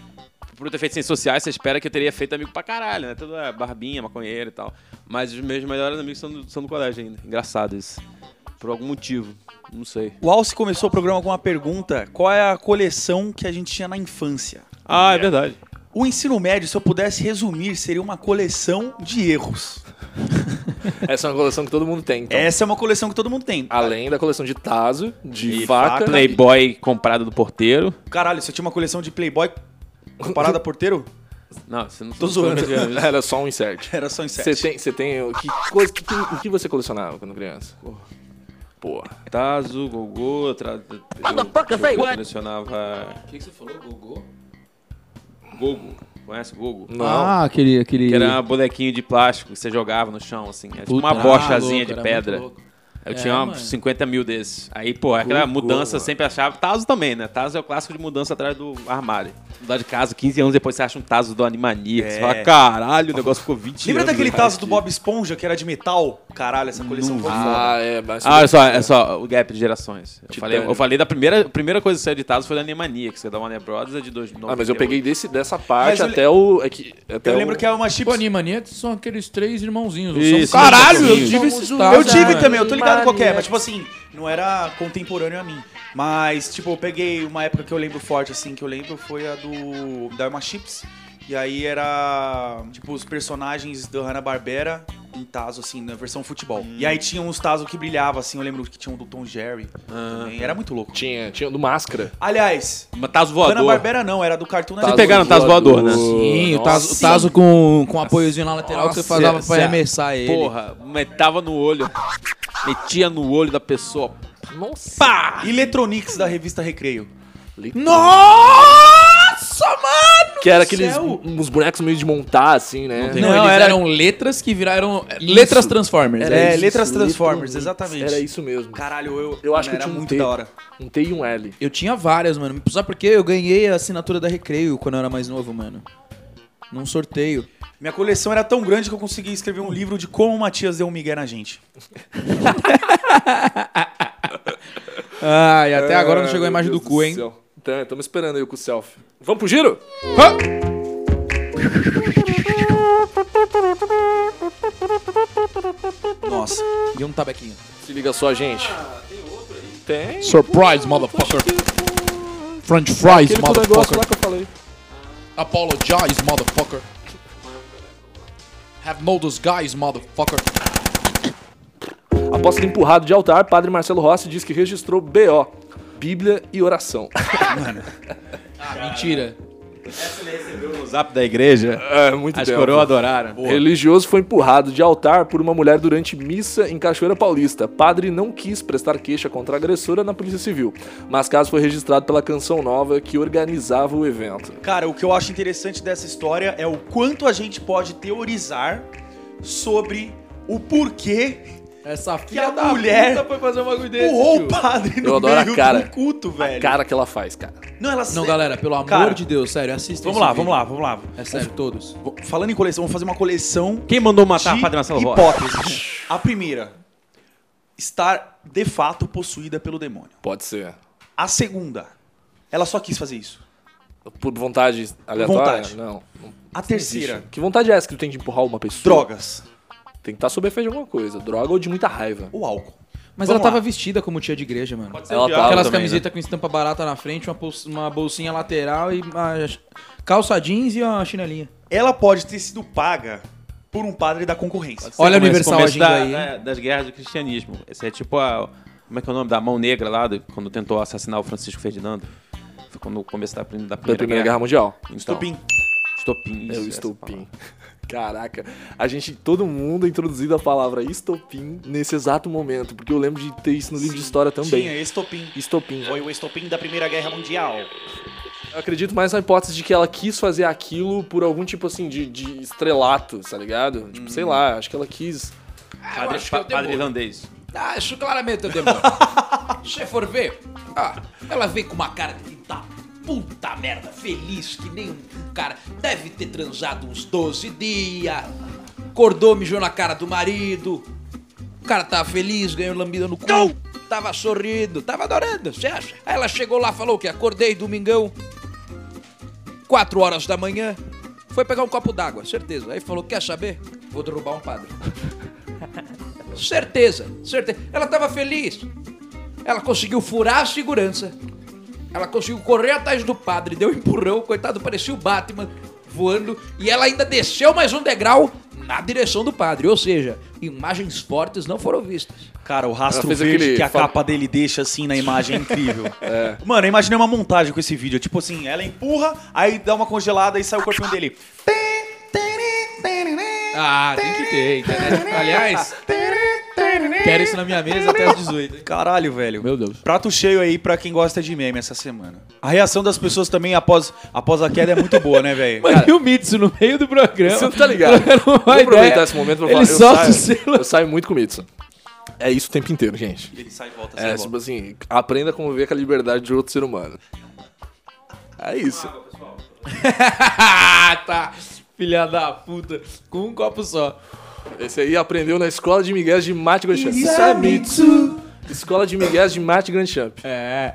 [SPEAKER 5] por eu ter feito ciências sociais, você espera que eu teria feito amigo pra caralho, né? Toda barbinha, maconheira e tal. Mas os meus melhores amigos são no, são no colégio ainda. Engraçado isso. Por algum motivo. Não sei.
[SPEAKER 1] O Alce começou o programa com uma pergunta: qual é a coleção que a gente tinha na infância?
[SPEAKER 5] Ah, é verdade.
[SPEAKER 1] O ensino médio, se eu pudesse resumir, seria uma coleção de erros.
[SPEAKER 4] Essa é uma coleção que todo mundo tem. Então.
[SPEAKER 1] Essa é uma coleção que todo mundo tem.
[SPEAKER 4] Além da coleção de Tazo, de
[SPEAKER 1] E
[SPEAKER 4] faca.
[SPEAKER 1] faca.
[SPEAKER 5] Playboy comprado do porteiro.
[SPEAKER 1] Caralho, se eu tinha uma coleção de Playboy comparada a porteiro,
[SPEAKER 5] Não, você não
[SPEAKER 1] Tô zoando.
[SPEAKER 4] Era só um insert.
[SPEAKER 1] era só
[SPEAKER 4] Você
[SPEAKER 1] inseto.
[SPEAKER 4] tem. Você tem. o Que coisa. que- que- o que você colecionava quando criança? Porra.
[SPEAKER 5] Tazo, Gogô, tra... Motherfucker, eu, eu colecionava. O que, você falou, Gogô? Gogo. Conhece o
[SPEAKER 1] Ah.
[SPEAKER 5] Gogo?
[SPEAKER 4] Não.
[SPEAKER 7] Ah,
[SPEAKER 3] aquele. aquele...
[SPEAKER 5] Que era um bonequinho de plástico que você jogava no chão, assim. Era tipo
[SPEAKER 3] Puta,
[SPEAKER 5] uma
[SPEAKER 3] era
[SPEAKER 5] bochazinha
[SPEAKER 3] louco,
[SPEAKER 5] de
[SPEAKER 3] era
[SPEAKER 5] pedra.
[SPEAKER 3] muito louco.
[SPEAKER 5] Eu
[SPEAKER 3] É,
[SPEAKER 5] tinha uns
[SPEAKER 3] mano.
[SPEAKER 5] 50 mil desses. Aí, pô, é aquela
[SPEAKER 4] Gogô,
[SPEAKER 5] mudança eu
[SPEAKER 4] mano.
[SPEAKER 5] sempre achava. Tazo também, né? Tazo é o clássico de mudança atrás do armário. Mudar de casa, 15 anos depois você acha um Tazo do Animania. Você
[SPEAKER 1] É.
[SPEAKER 5] fala, caralho, o negócio ficou 20
[SPEAKER 1] Lembra
[SPEAKER 5] anos.
[SPEAKER 1] daquele
[SPEAKER 5] né?
[SPEAKER 1] tazo do Bob Esponja que era de metal? Caralho, essa coleção foi foda.
[SPEAKER 4] Ah, é, mas.
[SPEAKER 5] Ah, olha só, é só o gap de gerações. Eu falei,
[SPEAKER 4] Titânio.
[SPEAKER 5] eu falei da primeira, a primeira coisa que saiu de Tazo foi da Animania, que você da Warner Brothers é de 2009.
[SPEAKER 4] Ah, mas eu peguei desse, dessa parte
[SPEAKER 1] Mas eu le-
[SPEAKER 4] até o. É que, até
[SPEAKER 1] Eu lembro
[SPEAKER 4] o...
[SPEAKER 1] que era uma
[SPEAKER 7] Tipo,
[SPEAKER 1] chips.
[SPEAKER 7] Animaniacs são aqueles três irmãozinhos.
[SPEAKER 5] Isso.
[SPEAKER 7] são-
[SPEAKER 5] Caralho,
[SPEAKER 7] Somos um né?
[SPEAKER 5] eu
[SPEAKER 7] tive esse
[SPEAKER 1] Eu tive também, eu tô ligado qual que é, mas tipo assim, não era contemporâneo a mim. Mas, tipo, eu peguei uma época que eu lembro forte, assim, que eu lembro foi a do. da Uma Chips. E aí era. Tipo, os personagens do Hanna-Barbera em Tazo, assim, na versão futebol. E aí tinha uns Tazo que brilhava, assim, eu lembro que tinha um do Tom Jerry também. Era muito louco.
[SPEAKER 4] Tinha, tinha do máscara.
[SPEAKER 1] Aliás,
[SPEAKER 5] Mas tá Tazo voador.
[SPEAKER 1] Hanna-Barbera não, era do Cartoon
[SPEAKER 5] Vocês
[SPEAKER 1] Network.
[SPEAKER 5] pegaram Tazo voador, né?
[SPEAKER 7] Sim, o
[SPEAKER 4] Nossa.
[SPEAKER 7] Tazo, o tazo com, com um apoiozinho na lateral que você
[SPEAKER 5] Nossa,
[SPEAKER 7] fazava pra
[SPEAKER 5] essa-
[SPEAKER 7] arremessar ele.
[SPEAKER 5] Porra, metava no olho. Metia no olho da pessoa.
[SPEAKER 4] Nossa.
[SPEAKER 7] tá.
[SPEAKER 5] Pá!
[SPEAKER 1] Eletronics da revista Recreio.
[SPEAKER 7] Nossa, mano!
[SPEAKER 4] Que era aqueles uns bonecos meio de montar, assim, né?
[SPEAKER 7] Não,
[SPEAKER 1] Não,
[SPEAKER 7] eles
[SPEAKER 1] era-
[SPEAKER 7] eram letras que viraram. é, Letras Transformers.
[SPEAKER 1] Era- É,
[SPEAKER 4] isso,
[SPEAKER 1] letras Transformers,
[SPEAKER 4] letras-
[SPEAKER 1] exatamente.
[SPEAKER 4] Era isso mesmo.
[SPEAKER 1] Caralho, eu,
[SPEAKER 4] Eu acho
[SPEAKER 1] mano,
[SPEAKER 4] que eu
[SPEAKER 1] era
[SPEAKER 4] tinha um
[SPEAKER 1] muito
[SPEAKER 4] T.
[SPEAKER 1] da hora.
[SPEAKER 4] Um T e um L.
[SPEAKER 7] Eu tinha várias, mano. Sabe por quê? Eu ganhei a assinatura da Recreio quando eu era mais novo, mano. Num sorteio.
[SPEAKER 1] Minha coleção era tão grande que eu consegui escrever um livro de como o Matias deu um migué na gente.
[SPEAKER 7] Ah, e até agora não chegou a imagem do cu, hein?
[SPEAKER 4] Então, estamos esperando aí o cu selfie. Vamos pro giro?
[SPEAKER 1] Nossa.
[SPEAKER 7] E um tabequinho.
[SPEAKER 4] Se liga só, gente. Tem.
[SPEAKER 3] Surprise, motherfucker. French fries,
[SPEAKER 4] Aquele com o negócio
[SPEAKER 3] motherfucker.
[SPEAKER 4] lá que eu falei.
[SPEAKER 3] Apologize, motherfucker. Have no disguise, motherfucker.
[SPEAKER 4] Após ser empurrado de altar, padre Marcelo Rossi diz que registrou BO. Bíblia e oração.
[SPEAKER 7] Mentira.
[SPEAKER 5] No zap da igreja.
[SPEAKER 4] É, muito
[SPEAKER 5] As
[SPEAKER 4] bem.
[SPEAKER 5] coroas adoraram.
[SPEAKER 4] Religioso foi empurrado de altar por uma mulher durante missa em Cachoeira Paulista. Padre não quis prestar queixa contra a agressora na Polícia Civil, mas caso foi registrado pela Canção Nova que organizava o evento.
[SPEAKER 1] Cara, o que eu acho interessante dessa história é o quanto a gente pode teorizar sobre o porquê
[SPEAKER 7] Essa filha
[SPEAKER 1] a
[SPEAKER 7] da
[SPEAKER 1] mulher
[SPEAKER 7] puta foi fazer um bagulho desse,
[SPEAKER 1] empurrou
[SPEAKER 7] tio.
[SPEAKER 1] o padre no
[SPEAKER 4] Eu adoro a
[SPEAKER 1] meio
[SPEAKER 4] cara.
[SPEAKER 1] do culto, velho.
[SPEAKER 4] Cara que ela faz, cara.
[SPEAKER 1] Não, ela
[SPEAKER 7] Não, galera, pelo amor
[SPEAKER 1] Cara,
[SPEAKER 7] de Deus, sério, assistam.
[SPEAKER 1] Vamos
[SPEAKER 7] esse
[SPEAKER 1] lá,
[SPEAKER 7] vídeo.
[SPEAKER 1] vamos lá, vamos lá.
[SPEAKER 7] É sério, todos.
[SPEAKER 1] Vou- Falando em coleção, vamos fazer uma coleção
[SPEAKER 5] Quem mandou
[SPEAKER 4] Ah,
[SPEAKER 5] matar
[SPEAKER 4] tá,
[SPEAKER 1] de
[SPEAKER 5] o Padre Marcelo Rossi?
[SPEAKER 1] hipóteses. A primeira, estar de fato possuída pelo demônio.
[SPEAKER 4] Pode ser.
[SPEAKER 1] A segunda, ela só quis fazer isso.
[SPEAKER 4] Por vontade aleatória?
[SPEAKER 1] vontade.
[SPEAKER 4] Não. não
[SPEAKER 1] A
[SPEAKER 4] existe.
[SPEAKER 1] terceira,
[SPEAKER 4] Que vontade é essa que tu tem de empurrar uma pessoa?
[SPEAKER 1] drogas
[SPEAKER 4] Tem que estar sob efeito de alguma coisa. Droga ou de muita raiva.
[SPEAKER 1] ou álcool.
[SPEAKER 7] Mas
[SPEAKER 1] Vamos
[SPEAKER 7] ela tava
[SPEAKER 1] lá.
[SPEAKER 7] vestida como tia de igreja, mano.
[SPEAKER 5] Pode ser
[SPEAKER 4] Ela
[SPEAKER 5] o
[SPEAKER 4] tá-
[SPEAKER 5] diabo
[SPEAKER 7] Aquelas
[SPEAKER 5] também, né?
[SPEAKER 7] camisetas com estampa barata na frente, uma, pols- uma bolsinha lateral e uma ch- calça jeans e uma chinelinha.
[SPEAKER 1] Ela pode ter sido paga por um padre da concorrência.
[SPEAKER 7] Olha a
[SPEAKER 5] Começa-
[SPEAKER 7] Universal
[SPEAKER 5] começo
[SPEAKER 7] agindo
[SPEAKER 5] da,
[SPEAKER 7] aí, hein?
[SPEAKER 5] da- das guerras do cristianismo. Esse é tipo a, Como é que é o nome? Da mão negra lá, do- quando tentou assassinar o Francisco Ferdinando. Foi quando no começo da, prim- da
[SPEAKER 4] Da
[SPEAKER 5] Primeira,
[SPEAKER 4] Primeira Guerra Mundial.
[SPEAKER 5] Então,
[SPEAKER 1] Estupim.
[SPEAKER 5] Estopim. isso,
[SPEAKER 4] É o
[SPEAKER 5] essa
[SPEAKER 4] estopim.
[SPEAKER 5] palavra.
[SPEAKER 4] Caraca, a gente, todo mundo é introduzido a palavra estopim nesse exato momento, porque eu lembro de ter isso no livro de história
[SPEAKER 1] Tinha
[SPEAKER 4] também.
[SPEAKER 1] estopim.
[SPEAKER 4] Estopim.
[SPEAKER 1] Foi o estopim da Primeira Guerra Mundial.
[SPEAKER 4] Eu acredito mais na hipótese de que ela quis fazer aquilo por algum tipo assim de, de estrelato, tá ligado? Tipo, sei lá, acho que ela quis.
[SPEAKER 5] Padre,
[SPEAKER 7] acho que é o
[SPEAKER 5] pa- padre
[SPEAKER 7] demônio.
[SPEAKER 5] irlandês.
[SPEAKER 7] Ah, isso claramente é o demônio. Se for ver, ah, ela vem com uma cara de da puta merda, feliz que nem um cara. Deve ter transado uns 12 dias, acordou, mijou na cara do marido. O cara tava feliz, ganhou lambida no cu. Tava sorrindo, tava adorando, você acha? Aí ela chegou lá, falou o quê? Acordei domingão, 4 horas da manhã, foi pegar um copo d'água, certeza. Aí falou, quer saber? Vou derrubar um padre. Certeza, certeza. Ela estava feliz. Ela conseguiu furar a segurança. Ela conseguiu correr atrás do padre, deu um empurrão, coitado, parecia o Batman voando. E ela ainda desceu mais um degrau na direção do padre. Ou seja, imagens fortes não foram vistas.
[SPEAKER 1] Cara, o rastro
[SPEAKER 4] fez
[SPEAKER 1] verde
[SPEAKER 4] aquele
[SPEAKER 1] que a
[SPEAKER 4] fa-
[SPEAKER 1] capa dele deixa assim na imagem é incrível. Mano, eu imaginei uma montagem com esse vídeo. Tipo assim, ela empurra, aí dá uma congelada e sai o corpinho dele.
[SPEAKER 7] Ah, tem que ter. Aliás, quero isso na minha mesa até as 18.
[SPEAKER 1] Caralho, velho.
[SPEAKER 3] Meu Deus.
[SPEAKER 1] Prato cheio aí pra quem gosta de meme essa semana. A reação das pessoas também após, após a queda é muito boa, né, velho?
[SPEAKER 3] Mano, e o Mitsu no meio do programa.
[SPEAKER 4] Você não tá ligado?
[SPEAKER 3] Vou
[SPEAKER 4] Vou aproveitar esse momento pra
[SPEAKER 3] Ele
[SPEAKER 4] falar. eu
[SPEAKER 3] só
[SPEAKER 4] saio-
[SPEAKER 3] sossegou.
[SPEAKER 4] Eu saio muito com Mitsu. É isso o tempo inteiro, gente.
[SPEAKER 1] Ele sai e volta, sai
[SPEAKER 4] É,
[SPEAKER 1] e volta.
[SPEAKER 4] tipo assim, aprenda a conviver com a liberdade de outro ser humano. É isso.
[SPEAKER 3] tá. Filha da puta. Com um copo só.
[SPEAKER 4] Esse aí aprendeu na escola de Miguel de Mate Grand Champ. Escola de Miguel de Mate Grand Champ.
[SPEAKER 3] É.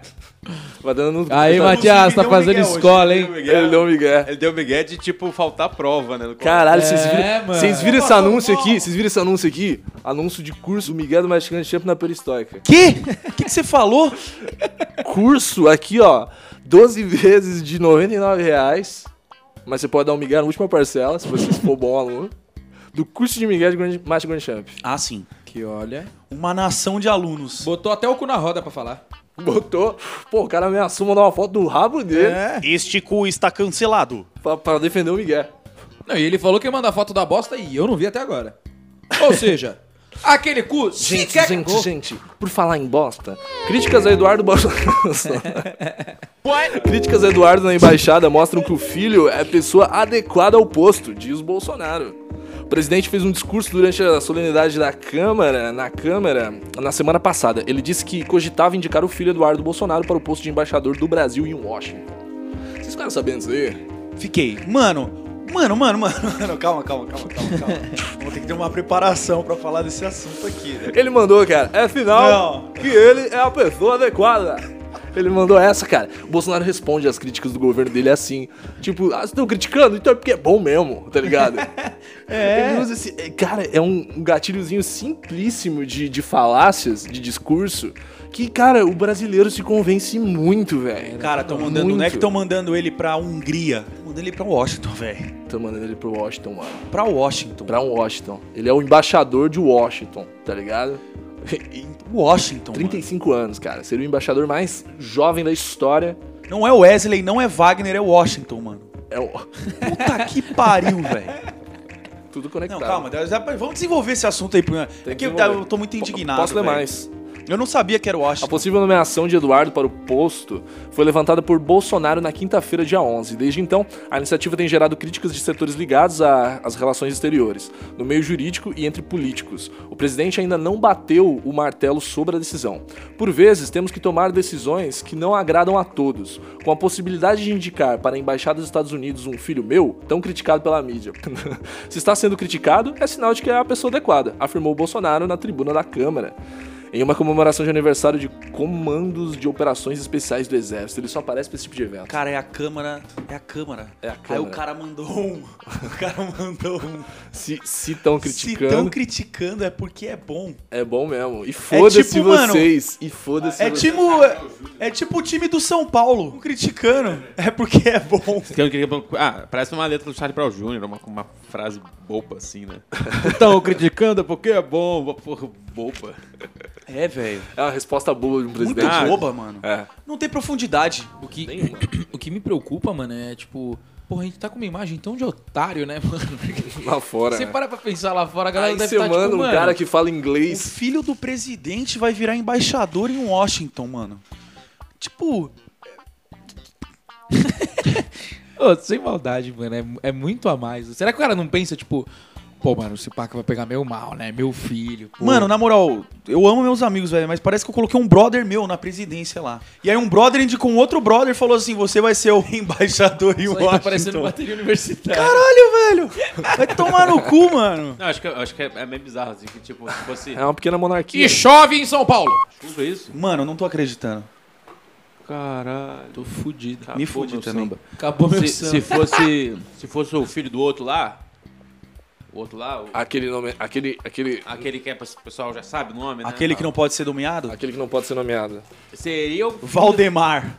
[SPEAKER 4] Vai dando no.
[SPEAKER 3] Aí, Matias,
[SPEAKER 7] um
[SPEAKER 3] tá fazendo escola, hein?
[SPEAKER 4] Ele deu um Miguel.
[SPEAKER 5] Ele deu migué de, tipo, faltar prova, né? no
[SPEAKER 4] Caralho, vocês
[SPEAKER 3] É,
[SPEAKER 4] viram,
[SPEAKER 3] mano.
[SPEAKER 4] vocês viram esse anúncio aqui? Vocês viram esse anúncio aqui? Anúncio de curso do Miguel do Mexicano Champ na Peristóica.
[SPEAKER 1] Que? O que que você falou?
[SPEAKER 4] Curso aqui, ó, 12 vezes de R$ 99 reais, mas você pode dar um Miguel na última parcela, se você for bom aluno, do curso de Miguel de Grande, Mate Grand Champ.
[SPEAKER 1] Ah, sim.
[SPEAKER 7] Que olha.
[SPEAKER 1] Uma nação de alunos.
[SPEAKER 7] Botou até o cu na roda pra falar.
[SPEAKER 4] Botou, pô, o cara ameaçou mandar uma foto do rabo dele
[SPEAKER 3] É.
[SPEAKER 1] Este cu está cancelado.
[SPEAKER 4] pra, pra defender o Miguel.
[SPEAKER 7] Não, e ele falou que ia mandar foto da bosta e eu não vi até agora. Ou seja, aquele cu
[SPEAKER 4] Gente,
[SPEAKER 7] sequer
[SPEAKER 4] gente,
[SPEAKER 7] cagou.
[SPEAKER 4] gente, por falar em bosta, críticas a Eduardo Bolsonaro. críticas a Eduardo na embaixada mostram que o filho é pessoa adequada ao posto, diz Bolsonaro. O presidente fez um discurso durante a solenidade da Câmara, na Câmara, na semana passada. Ele disse que cogitava indicar o filho Eduardo Bolsonaro para o posto de embaixador do Brasil em Washington. Vocês ficaram sabendo isso aí?
[SPEAKER 1] Fiquei. Mano, mano, mano, mano, mano. Calma, calma, calma, calma, calma. Vou ter que ter uma preparação pra falar desse assunto aqui, né?
[SPEAKER 4] Ele mandou, cara, é final
[SPEAKER 1] Não.
[SPEAKER 4] que ele é a pessoa adequada. Ele mandou essa, cara. O Bolsonaro responde às críticas do governo dele assim. Tipo, ah, vocês estão criticando? Então é porque é bom mesmo, tá ligado? é. Ele usa esse. é, Cara, é um um gatilhozinho simplíssimo de, de falácias, de discurso, que, cara, o brasileiro se convence muito, velho.
[SPEAKER 1] Cara, tão mandando. Não é que
[SPEAKER 4] Muito.
[SPEAKER 1] estão mandando ele pra Hungria. Tão Mandando ele pra Washington, velho.
[SPEAKER 4] Tô mandando ele pro Washington, mano.
[SPEAKER 1] Pra Washington.
[SPEAKER 4] Pra Washington. Ele é o embaixador de Washington, tá ligado?
[SPEAKER 1] Washington. mano.
[SPEAKER 4] 35 anos, cara. Seria o embaixador mais jovem da história.
[SPEAKER 1] Não é Wesley, não é Wagner, é Washington, mano.
[SPEAKER 4] É o...
[SPEAKER 1] Puta que pariu, velho.
[SPEAKER 4] Tudo conectado.
[SPEAKER 1] Não, calma, dá pra- vamos desenvolver esse assunto aí. Bruno. É
[SPEAKER 4] tá. Tem
[SPEAKER 1] que eu,
[SPEAKER 4] desenvolver.
[SPEAKER 1] eu tô muito indignado.
[SPEAKER 4] Posso ler
[SPEAKER 1] velho.
[SPEAKER 4] mais.
[SPEAKER 1] Eu não sabia que era
[SPEAKER 4] A
[SPEAKER 1] Washington.
[SPEAKER 4] possível nomeação de Eduardo para o posto foi levantada por Bolsonaro na quinta-feira, dia 11. Desde então, a iniciativa tem gerado críticas de setores ligados a- às relações exteriores, no meio jurídico e entre políticos. O presidente ainda não bateu o martelo sobre a decisão. Por vezes, temos que tomar decisões que não agradam a todos. Com a possibilidade de indicar para a Embaixada dos Estados Unidos um filho meu, tão criticado pela mídia. Se está sendo criticado, é sinal de que é a pessoa adequada, afirmou Bolsonaro na tribuna da Câmara. Em uma comemoração de aniversário de comandos de operações especiais do exército. Ele só aparece pra esse tipo de evento.
[SPEAKER 1] Cara, é a câmara. É a câmara.
[SPEAKER 4] É a
[SPEAKER 1] Aí o
[SPEAKER 4] Câmara.
[SPEAKER 1] cara mandou um. O cara mandou um.
[SPEAKER 4] Se estão
[SPEAKER 1] Se
[SPEAKER 4] criticando,
[SPEAKER 1] tão criticando é porque é bom.
[SPEAKER 4] é bom mesmo. E foda-se
[SPEAKER 1] tipo, mano,
[SPEAKER 4] vocês. E foda-se
[SPEAKER 1] É
[SPEAKER 4] vocês.
[SPEAKER 1] tipo, é tipo o time do São Paulo. Tão Criticando é porque é bom.
[SPEAKER 5] Que eu queria- Ah, parece uma letra do Charlie Brown Jr., uma, uma frase boba assim, né?
[SPEAKER 7] Estão criticando porque é bom, porra,
[SPEAKER 5] boba.
[SPEAKER 1] É, velho.
[SPEAKER 4] É uma resposta boa de um
[SPEAKER 1] Muito
[SPEAKER 4] presidente. né?
[SPEAKER 1] boba, mano.
[SPEAKER 4] É.
[SPEAKER 1] Não tem profundidade.
[SPEAKER 3] O que, o que me preocupa, mano, é tipo. Porra, a gente tá com uma imagem tão de otário, né, mano? Porque
[SPEAKER 4] Lá fora.
[SPEAKER 3] Você
[SPEAKER 4] né?
[SPEAKER 3] para pra pensar lá fora, a galera
[SPEAKER 4] Aí
[SPEAKER 3] deve
[SPEAKER 4] você
[SPEAKER 3] estar
[SPEAKER 4] manda
[SPEAKER 3] tipo,
[SPEAKER 4] um
[SPEAKER 3] mano,
[SPEAKER 4] cara que fala
[SPEAKER 1] O
[SPEAKER 4] inglês.
[SPEAKER 1] filho do presidente vai virar embaixador em Washington, mano. Tipo,
[SPEAKER 3] Ô, sem maldade, mano. É, é muito a mais. Será que o cara não pensa, tipo, pô, mano, esse paca vai pegar meu mal, né? Meu filho. pô.
[SPEAKER 1] mano, na moral, eu amo meus amigos, velho, mas parece que eu coloquei um brother meu na presidência lá. E aí um brother indicou um outro brother e falou assim: você vai ser o embaixador em
[SPEAKER 3] Isso aí
[SPEAKER 1] Washington.
[SPEAKER 3] tá
[SPEAKER 4] então.
[SPEAKER 3] parecendo bateria universitária.
[SPEAKER 1] Caralho, velho! Vai tomar no cu, mano.
[SPEAKER 5] Não, acho que, acho que é, é meio bizarro, assim, que tipo, se fosse
[SPEAKER 4] É uma pequena monarquia.
[SPEAKER 3] Que chove em São Paulo.
[SPEAKER 5] tudo isso.
[SPEAKER 1] Mano, eu não tô acreditando.
[SPEAKER 5] Caralho. Tô fudido.
[SPEAKER 1] Me fudi também.
[SPEAKER 3] Acabou meu
[SPEAKER 5] Se,
[SPEAKER 3] samba.
[SPEAKER 5] se fosse. Se fosse o filho do outro lá. O outro lá, o-
[SPEAKER 4] Aquele nome. Aquele. Aquele.
[SPEAKER 5] aquele que é, o pessoal já sabe o nome, né?
[SPEAKER 1] Aquele que não pode ser dominado?
[SPEAKER 4] Aquele que não pode ser nomeado.
[SPEAKER 5] Seria o.
[SPEAKER 1] Valdemar.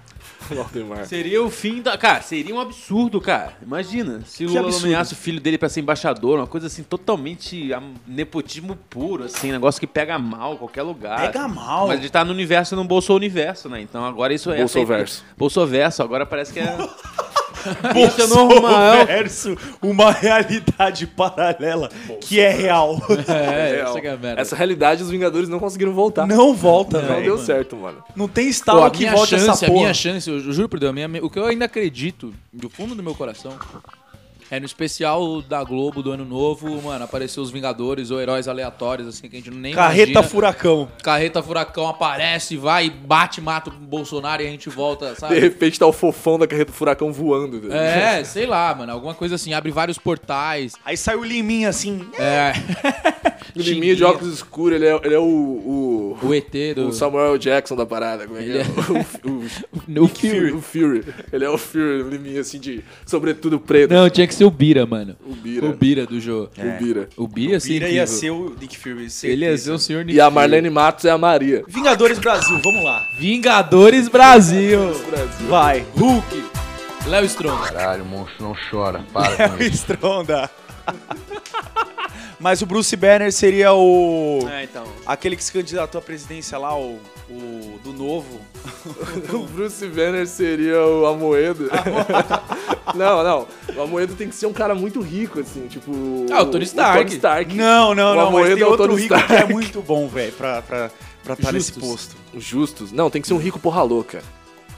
[SPEAKER 4] Valdemar.
[SPEAKER 5] Seria o fim da. Cara, seria um absurdo, cara. Imagina. Se o
[SPEAKER 1] Que
[SPEAKER 5] Lula
[SPEAKER 1] absurdo.
[SPEAKER 5] nomeasse o filho dele pra ser embaixador, uma coisa assim, totalmente am- nepotismo puro, assim, negócio que pega mal em qualquer lugar.
[SPEAKER 1] Pega mal.
[SPEAKER 5] Ah, Mas ele tá no universo e no Bolsou Universo, né? Então agora isso é.
[SPEAKER 4] Bolsoverso.
[SPEAKER 5] Bolsoverso, agora parece que é. isso é normal.
[SPEAKER 1] verso, uma realidade paralela que é real.
[SPEAKER 3] É,
[SPEAKER 4] Real.
[SPEAKER 3] essa que é a merda.
[SPEAKER 4] Essa realidade os Vingadores não conseguiram voltar.
[SPEAKER 1] Não volta,
[SPEAKER 4] Não
[SPEAKER 1] velho.
[SPEAKER 4] deu certo, mano.
[SPEAKER 1] Não tem
[SPEAKER 3] Pô,
[SPEAKER 1] estalo
[SPEAKER 3] a
[SPEAKER 1] que
[SPEAKER 3] minha
[SPEAKER 1] volte
[SPEAKER 3] chance,
[SPEAKER 1] essa
[SPEAKER 3] a
[SPEAKER 1] porra.
[SPEAKER 3] minha chance, eu ju- juro por Deus, a minha- o que eu ainda acredito, do fundo do meu coração, é no especial da Globo do Ano Novo, mano, apareceu os Vingadores ou heróis aleatórios, assim, que a gente nem
[SPEAKER 1] Carreta
[SPEAKER 3] imagina.
[SPEAKER 1] furacão.
[SPEAKER 3] Carreta Furacão aparece, vai, bate, mata o Bolsonaro e a gente volta,
[SPEAKER 4] De
[SPEAKER 3] sabe?
[SPEAKER 4] repente tá o fofão da carreta do furacão voando. velho.
[SPEAKER 3] É, sei lá, mano, alguma coisa assim, abre vários portais.
[SPEAKER 1] Aí sai o liminha assim.
[SPEAKER 3] É.
[SPEAKER 4] O Liminha é de óculos escuros, ele é, ele é o. o...
[SPEAKER 3] O ET do.
[SPEAKER 4] O Samuel Jackson da parada, como é que
[SPEAKER 3] Ele
[SPEAKER 4] é?
[SPEAKER 3] é-
[SPEAKER 4] O, o-
[SPEAKER 3] No Fury.
[SPEAKER 4] o Fury. Ele é o Fury, o Liminha, assim, de sobretudo preto.
[SPEAKER 3] Não, tinha que ser o Bira, mano.
[SPEAKER 4] O Bira.
[SPEAKER 3] O Bira do jogo.
[SPEAKER 4] O Bira.
[SPEAKER 3] O Bira, ia ser
[SPEAKER 1] Vira ia
[SPEAKER 3] incrível.
[SPEAKER 1] ser o Nick Fury.
[SPEAKER 3] Ele ia
[SPEAKER 1] certeza.
[SPEAKER 3] ser o senhor
[SPEAKER 4] E a Marlene Matos é a Maria.
[SPEAKER 1] Vingadores Brasil, vamos lá.
[SPEAKER 3] Vingadores Brasil.
[SPEAKER 4] Brasil.
[SPEAKER 1] Vai.
[SPEAKER 3] Hulk. Léo Strong.
[SPEAKER 8] Caralho, monstro, não chora. Para
[SPEAKER 1] É
[SPEAKER 8] com
[SPEAKER 1] o
[SPEAKER 8] isso.
[SPEAKER 1] Stronda. Mas o Bruce Banner seria o.
[SPEAKER 5] É, então.
[SPEAKER 1] Aquele que se candidatou à presidência lá, o. o do novo.
[SPEAKER 4] O Bruce Banner seria o Amoedo. não, não. O Amoedo tem que ser um cara muito rico, assim, tipo.
[SPEAKER 3] Ah, o Tony Stark.
[SPEAKER 4] Tony Stark.
[SPEAKER 1] Não, não,
[SPEAKER 4] O
[SPEAKER 1] não. Mas
[SPEAKER 4] Amoedo
[SPEAKER 1] tem
[SPEAKER 4] é o
[SPEAKER 1] outro
[SPEAKER 4] Tony
[SPEAKER 1] rico
[SPEAKER 4] Stark.
[SPEAKER 1] que é muito bom, velho, pra, pra, pra estar nesse
[SPEAKER 3] Justus.
[SPEAKER 1] posto.
[SPEAKER 4] Justos. Não, tem que ser um rico porra louca.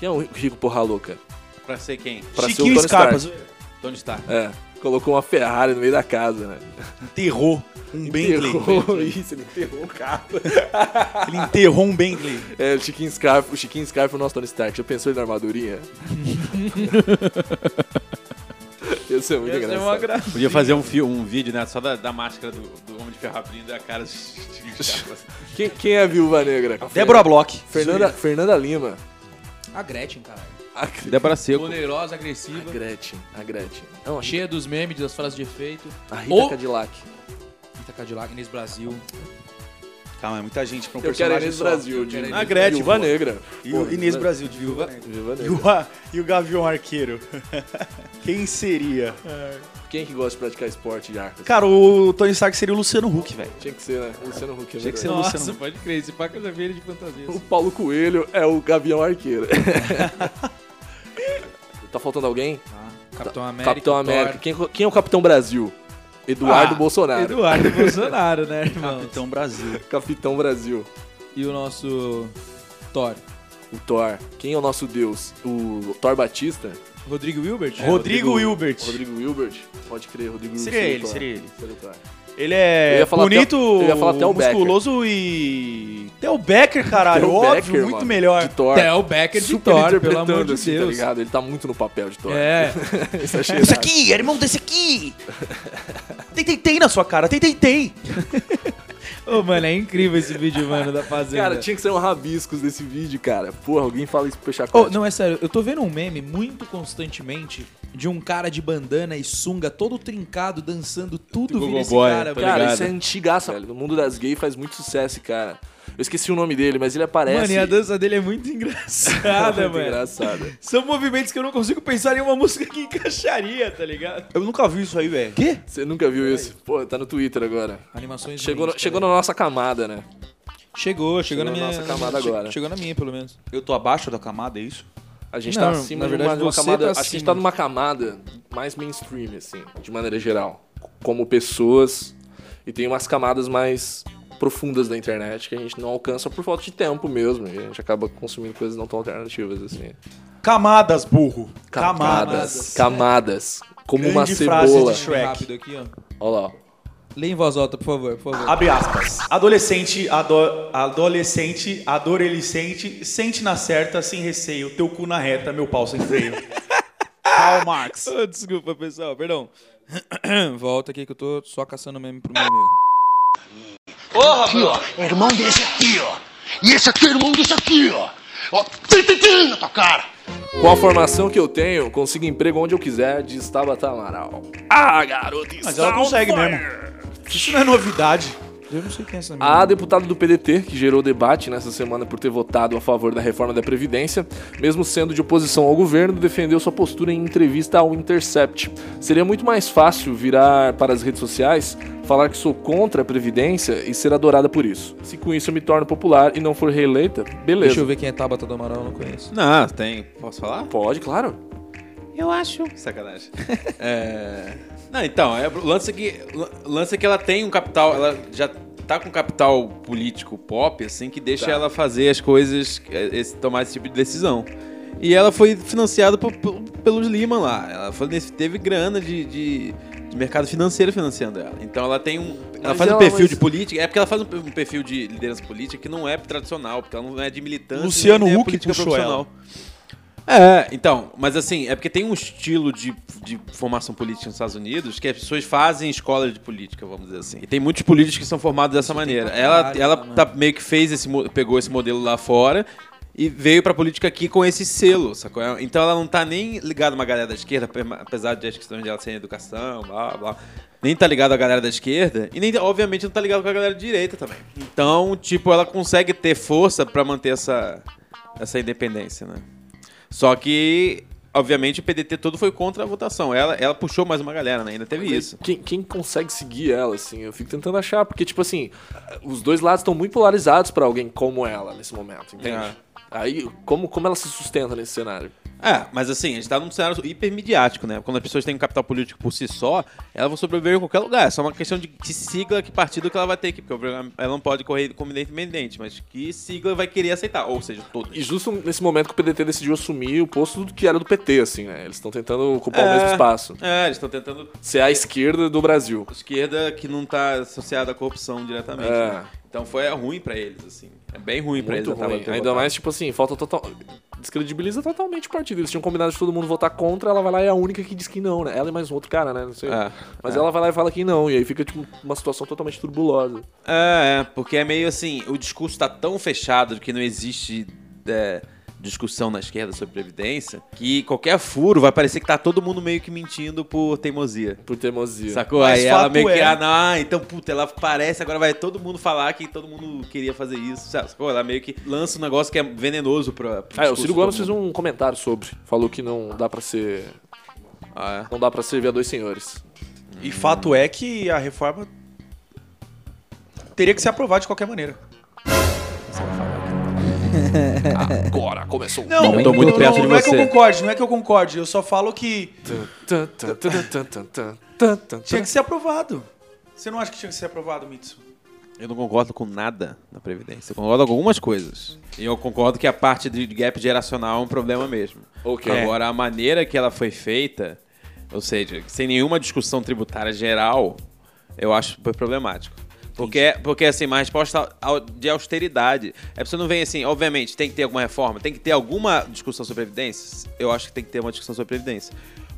[SPEAKER 4] Quem é um rico porra louca?
[SPEAKER 5] Pra ser quem?
[SPEAKER 4] Pra ser o
[SPEAKER 1] Chiquinho
[SPEAKER 4] Tony
[SPEAKER 1] Scarpa,
[SPEAKER 4] Stark.
[SPEAKER 1] zoeira.
[SPEAKER 5] Tony Stark.
[SPEAKER 4] É. Colocou uma Ferrari no meio da casa, né?
[SPEAKER 1] enterrou um Bentley.
[SPEAKER 4] Enterrou isso, ele enterrou o carro.
[SPEAKER 1] Ele enterrou um Bentley.
[SPEAKER 4] É, o Chiquinho Scarpa, o Chiquinho Scarpa é o nosso Tony Stark. Já pensou ele na armadurinha? Isso é muito engraçado.
[SPEAKER 5] Podia fazer um, fi- um vídeo, né? Só da, da máscara do, do Homem de Ferro abrindo e a cara.
[SPEAKER 4] Quem, quem é a viúva negra?
[SPEAKER 1] Débora Block.
[SPEAKER 4] Fernanda, Fernanda Lima.
[SPEAKER 3] A Gretchen, caralho.
[SPEAKER 4] A
[SPEAKER 5] Débora Seco.
[SPEAKER 3] Poderosa, agressiva.
[SPEAKER 4] Gretchen. A Gretchen.
[SPEAKER 1] É
[SPEAKER 4] Não, a
[SPEAKER 3] Cheia dos memes, das frases de efeito.
[SPEAKER 4] A Rita
[SPEAKER 3] Ou-
[SPEAKER 4] Cadillac.
[SPEAKER 3] Rita Cadillac, Inês Brasil.
[SPEAKER 1] Calma, é muita gente pra um
[SPEAKER 4] Eu quero a
[SPEAKER 1] personagem
[SPEAKER 4] Inês
[SPEAKER 1] só.
[SPEAKER 4] Brasil. De...
[SPEAKER 1] A Gretchen,
[SPEAKER 4] Viúva
[SPEAKER 1] pô.
[SPEAKER 4] Negra.
[SPEAKER 1] E
[SPEAKER 4] Pô,
[SPEAKER 1] o Inês Brasil de Viúva.
[SPEAKER 4] Viúva
[SPEAKER 1] E
[SPEAKER 4] Negra.
[SPEAKER 1] o, a- e o Gavião Arqueiro. Quem seria?
[SPEAKER 4] Quem é que gosta de praticar esporte de arcos?
[SPEAKER 1] Cara, o Tony Stark seria o Luciano Huck, velho.
[SPEAKER 4] Tinha que ser, né? Luciano Huck. é
[SPEAKER 1] Tinha que ser
[SPEAKER 4] melhor.
[SPEAKER 1] o Luciano Huck.
[SPEAKER 3] pode crer. Esse paca já veio ele de fantasia.
[SPEAKER 4] O Paulo Coelho é o Gavião Arqueiro. tá faltando alguém?
[SPEAKER 3] Capitão América.
[SPEAKER 4] Capitão
[SPEAKER 3] Thor.
[SPEAKER 4] América. Quem, quem é o Capitão Brasil? Eduardo
[SPEAKER 3] Ah,
[SPEAKER 4] Bolsonaro.
[SPEAKER 3] Eduardo Bolsonaro, né, irmão?
[SPEAKER 1] Capitão Brasil.
[SPEAKER 4] Capitão Brasil.
[SPEAKER 3] E o nosso Thor.
[SPEAKER 4] O Thor. Quem é o nosso deus? O Thor Batista?
[SPEAKER 3] Rodrigo Wilbert.
[SPEAKER 1] É, Rodrigo, Hilbert.
[SPEAKER 4] Rodrigo Wilbert? Pode crer, Rodrigo
[SPEAKER 1] Seria
[SPEAKER 4] Wilbert.
[SPEAKER 1] ele,
[SPEAKER 4] o Thor.
[SPEAKER 1] seria ele.
[SPEAKER 4] Seria o Thor.
[SPEAKER 1] Ele
[SPEAKER 4] Eu
[SPEAKER 1] é
[SPEAKER 4] ia falar
[SPEAKER 1] bonito,
[SPEAKER 4] Theo- eu ia falar Theo Becker.
[SPEAKER 1] musculoso e... Theo Becker, caralho.
[SPEAKER 4] Theo
[SPEAKER 1] Óbvio,
[SPEAKER 4] Becker,
[SPEAKER 1] muito
[SPEAKER 4] mano.
[SPEAKER 1] melhor.
[SPEAKER 4] De Thor.
[SPEAKER 3] Theo Becker de
[SPEAKER 4] Super
[SPEAKER 3] Thor, pelo
[SPEAKER 4] interpretando,
[SPEAKER 3] amor de
[SPEAKER 4] assim, Tá
[SPEAKER 3] Deus.
[SPEAKER 4] ligado? Ele tá muito no papel de Thor.
[SPEAKER 3] é.
[SPEAKER 4] Isso achei
[SPEAKER 1] Isso
[SPEAKER 4] irado.
[SPEAKER 1] aqui, é irmão desse aqui. Tem, tem, tem na sua cara. Tem, tem, tem.
[SPEAKER 3] Ô, mano, é incrível esse vídeo, mano, da Fazenda.
[SPEAKER 4] Cara, tinha que ser um rabiscos desse vídeo, cara. Porra, alguém fala isso pro
[SPEAKER 3] Ô,
[SPEAKER 4] Chacote.
[SPEAKER 3] não, é sério, eu tô vendo um meme muito constantemente de um cara de bandana e sunga todo trincado, dançando tudo
[SPEAKER 5] Google
[SPEAKER 3] vira esse
[SPEAKER 5] Boy,
[SPEAKER 3] cara,
[SPEAKER 5] tô
[SPEAKER 3] mano.
[SPEAKER 4] Cara,
[SPEAKER 5] ligado?
[SPEAKER 4] isso é antigaça, velho. No mundo das gays faz muito sucesso, esse cara. Eu esqueci o nome dele, mas ele aparece.
[SPEAKER 1] Mano, e a dança dele é muito
[SPEAKER 4] Muito
[SPEAKER 1] engraçada, mano.
[SPEAKER 4] engraçada.
[SPEAKER 1] São movimentos que eu não consigo pensar em uma música que encaixaria, tá ligado? Eu nunca vi isso aí, velho. Quê?
[SPEAKER 4] Você nunca viu isso? Pô, tá no Twitter agora.
[SPEAKER 6] Animações
[SPEAKER 4] Chegou,
[SPEAKER 6] ruins,
[SPEAKER 4] no- chegou na nossa camada, né?
[SPEAKER 1] Chegou, chegou,
[SPEAKER 4] na minha-
[SPEAKER 1] nossa camada
[SPEAKER 4] che-
[SPEAKER 1] agora.
[SPEAKER 6] Chegou na minha, pelo menos.
[SPEAKER 1] Eu tô abaixo da camada, é isso?
[SPEAKER 4] A gente
[SPEAKER 6] Não,
[SPEAKER 4] tá acima
[SPEAKER 6] na
[SPEAKER 4] de uma-
[SPEAKER 6] verdade,
[SPEAKER 4] de uma
[SPEAKER 6] você
[SPEAKER 4] camada.
[SPEAKER 6] tá
[SPEAKER 4] acho que a gente
[SPEAKER 6] acima.
[SPEAKER 4] tá numa camada mais mainstream, assim, de maneira geral. c- Como pessoas. E tem umas camadas mais profundas da internet que a gente não alcança por falta de tempo mesmo. E a gente acaba consumindo coisas não tão alternativas, assim.
[SPEAKER 1] Camadas, burro. Camadas.
[SPEAKER 4] Camadas. Camadas. Como uma
[SPEAKER 1] Grande frase
[SPEAKER 4] cebola.
[SPEAKER 1] de Shrek.
[SPEAKER 6] Rápido aqui, ó.
[SPEAKER 4] Olha lá. ó.
[SPEAKER 6] Lê em voz alta, por favor, por favor.
[SPEAKER 1] Abre aspas. Adolescente, ado- adolescente, adolescente, sente na certa, sem receio, teu cu na reta, meu pau sem freio. Karl Marx.
[SPEAKER 6] Ah, desculpa, pessoal, perdão. Volta aqui que eu tô só caçando meme pro meu amigo.
[SPEAKER 9] Aqui, ó. É irmão desse aqui, ó. E esse aqui é irmão desse aqui, ó. Ó, tim, tim, tim na tua cara.
[SPEAKER 4] Com a formação que eu tenho, consigo emprego onde eu quiser, diz Tabata Amaral. Ah, garota,
[SPEAKER 1] Mas ela consegue mesmo. Isso não é novidade.
[SPEAKER 6] Eu não sei quem é essa menina.
[SPEAKER 4] A deputada do PDT, que gerou debate nessa semana por ter votado a favor da reforma da Previdência, mesmo sendo de oposição ao governo, defendeu sua postura em entrevista ao Intercept. Seria muito mais fácil virar para as redes sociais, falar que sou contra a Previdência e ser adorada por isso. Se com isso eu me torno popular e não for reeleita, beleza.
[SPEAKER 6] Deixa eu ver quem é Tabata do Amaral, eu não conheço.
[SPEAKER 5] Não, tem. Posso falar?
[SPEAKER 4] Pode, claro.
[SPEAKER 5] Sacanagem. É, Não, então, é, o lance é que, o lance é que ela tem um capital, ela já tá com um capital político pop, assim, que deixa
[SPEAKER 1] Tá.
[SPEAKER 5] ela fazer as coisas, é, esse- tomar esse tipo de decisão. E ela foi financiada por- por- pelos Lehman lá. Ela foi nesse- teve grana de, de- de mercado financeiro financiando ela. Então ela tem um. Ela
[SPEAKER 4] Mas
[SPEAKER 5] faz um
[SPEAKER 4] ela-
[SPEAKER 5] perfil
[SPEAKER 4] mas-
[SPEAKER 5] de política. É porque ela faz um, pe- um perfil de liderança política que não é tradicional, porque ela não é de militância.
[SPEAKER 1] Luciano
[SPEAKER 5] nem é
[SPEAKER 1] Huck
[SPEAKER 5] política
[SPEAKER 1] puxou
[SPEAKER 5] profissional. É, então, mas assim, é porque tem um estilo de, de formação política nos Estados Unidos que as pessoas fazem escola de política, vamos dizer assim. E tem muitos políticos que são formados dessa maneira. Ela,
[SPEAKER 6] caralho, né,
[SPEAKER 5] ela
[SPEAKER 6] mano.
[SPEAKER 5] tá, meio que fez esse, mo- pegou esse modelo lá fora e veio pra política aqui com esse selo, sacou? Então ela não tá nem ligada a uma galera da esquerda, apema- apesar de as questões dela serem educação, blá, blá. Nem tá ligada à galera da esquerda e nem, obviamente, não tá ligada com a galera de direita também. Então, tipo, ela consegue ter força pra manter essa, essa independência, né? Só que, obviamente, o PDT todo foi contra a votação. Ela, ela puxou mais uma galera, né? Ainda teve isso.
[SPEAKER 4] Quem, quem consegue seguir ela, assim, eu fico tentando achar, porque, tipo assim, os dois lados estão muito polarizados pra alguém como ela nesse momento, entende?
[SPEAKER 5] É.
[SPEAKER 4] Aí, como, como ela se sustenta nesse cenário?
[SPEAKER 5] É, mas assim, a gente tá num cenário hipermediático, né? Quando as pessoas têm um capital político por si só, elas vão sobreviver em qualquer lugar. É só uma questão de que sigla, que partido que ela vai ter aqui. Porque ela não pode correr como independente, mas que sigla vai querer aceitar. Ou seja, todos.
[SPEAKER 4] E justo nesse momento que o PDT decidiu assumir o posto do que era do PT, assim, né? Eles estão tentando ocupar o
[SPEAKER 5] É.
[SPEAKER 4] mesmo espaço.
[SPEAKER 5] É, eles estão tentando
[SPEAKER 4] Ser a esquerda do Brasil.
[SPEAKER 5] esquerda que não tá associada à corrupção diretamente.
[SPEAKER 4] É.
[SPEAKER 5] né? Então foi ruim pra eles, assim. É bem ruim pra eles.
[SPEAKER 4] Muito
[SPEAKER 5] a Tabata
[SPEAKER 4] ruim.
[SPEAKER 5] ter
[SPEAKER 4] Ainda
[SPEAKER 5] votado.
[SPEAKER 4] mais, tipo assim, falta total. Descredibiliza totalmente o partido. Eles tinham combinado de todo mundo votar contra, ela vai lá e é a única que diz que não, né? Ela e mais um outro cara, né? Não sei.
[SPEAKER 5] É,
[SPEAKER 4] Mas ela vai lá e fala que não, e aí fica, tipo, uma situação totalmente turbulosa.
[SPEAKER 5] É, é, porque é meio assim, o discurso tá tão fechado que não existe é, discussão na esquerda sobre previdência, que qualquer furo vai parecer que tá todo mundo meio que mentindo por teimosia.
[SPEAKER 4] Por teimosia.
[SPEAKER 5] Sacou?
[SPEAKER 1] Mas
[SPEAKER 5] Aí ela
[SPEAKER 1] fato
[SPEAKER 5] meio que,
[SPEAKER 1] é.
[SPEAKER 5] ah, não, ah, então, puta, ela parece, agora vai todo mundo falar que todo mundo queria fazer isso, sabe? sacou? Ela meio que lança um negócio que é venenoso pra... pro
[SPEAKER 4] Ah, o
[SPEAKER 5] discurso
[SPEAKER 4] Ciro
[SPEAKER 5] de
[SPEAKER 4] Gomes
[SPEAKER 5] todo
[SPEAKER 4] fez
[SPEAKER 5] mundo.
[SPEAKER 4] um comentário sobre. Falou que não dá pra ser. um-
[SPEAKER 5] Ah,
[SPEAKER 4] Não dá pra servir a dois senhores.
[SPEAKER 1] E fato é que a reforma teria que ser aprovada de qualquer maneira.
[SPEAKER 4] Agora começou.
[SPEAKER 1] Não,
[SPEAKER 5] Eu tô muito perto
[SPEAKER 1] não,
[SPEAKER 5] de
[SPEAKER 1] não é que
[SPEAKER 5] você.
[SPEAKER 1] eu concorde, não é que eu concorde. Eu só falo que
[SPEAKER 4] Tan, tan, tan, tan, tan, tan, tan, tan,
[SPEAKER 5] Então
[SPEAKER 4] tan.
[SPEAKER 1] tinha
[SPEAKER 5] tá.
[SPEAKER 1] que ser aprovado. Você não acha que tinha que ser aprovado, Mitsu?
[SPEAKER 5] Eu não concordo com nada na Previdência. Eu concordo com algumas coisas. E eu concordo que a parte de gap geracional é um problema mesmo. Tá
[SPEAKER 4] Ok.
[SPEAKER 5] Agora, a maneira que ela foi feita, ou seja, sem nenhuma discussão tributária geral, eu acho foi problemático. Porque, porque assim, uma resposta ao- de austeridade. A pessoa não vem assim, obviamente, tem que ter alguma reforma, tem que ter alguma discussão sobre Previdência. Eu acho que tem que ter uma discussão sobre Previdência.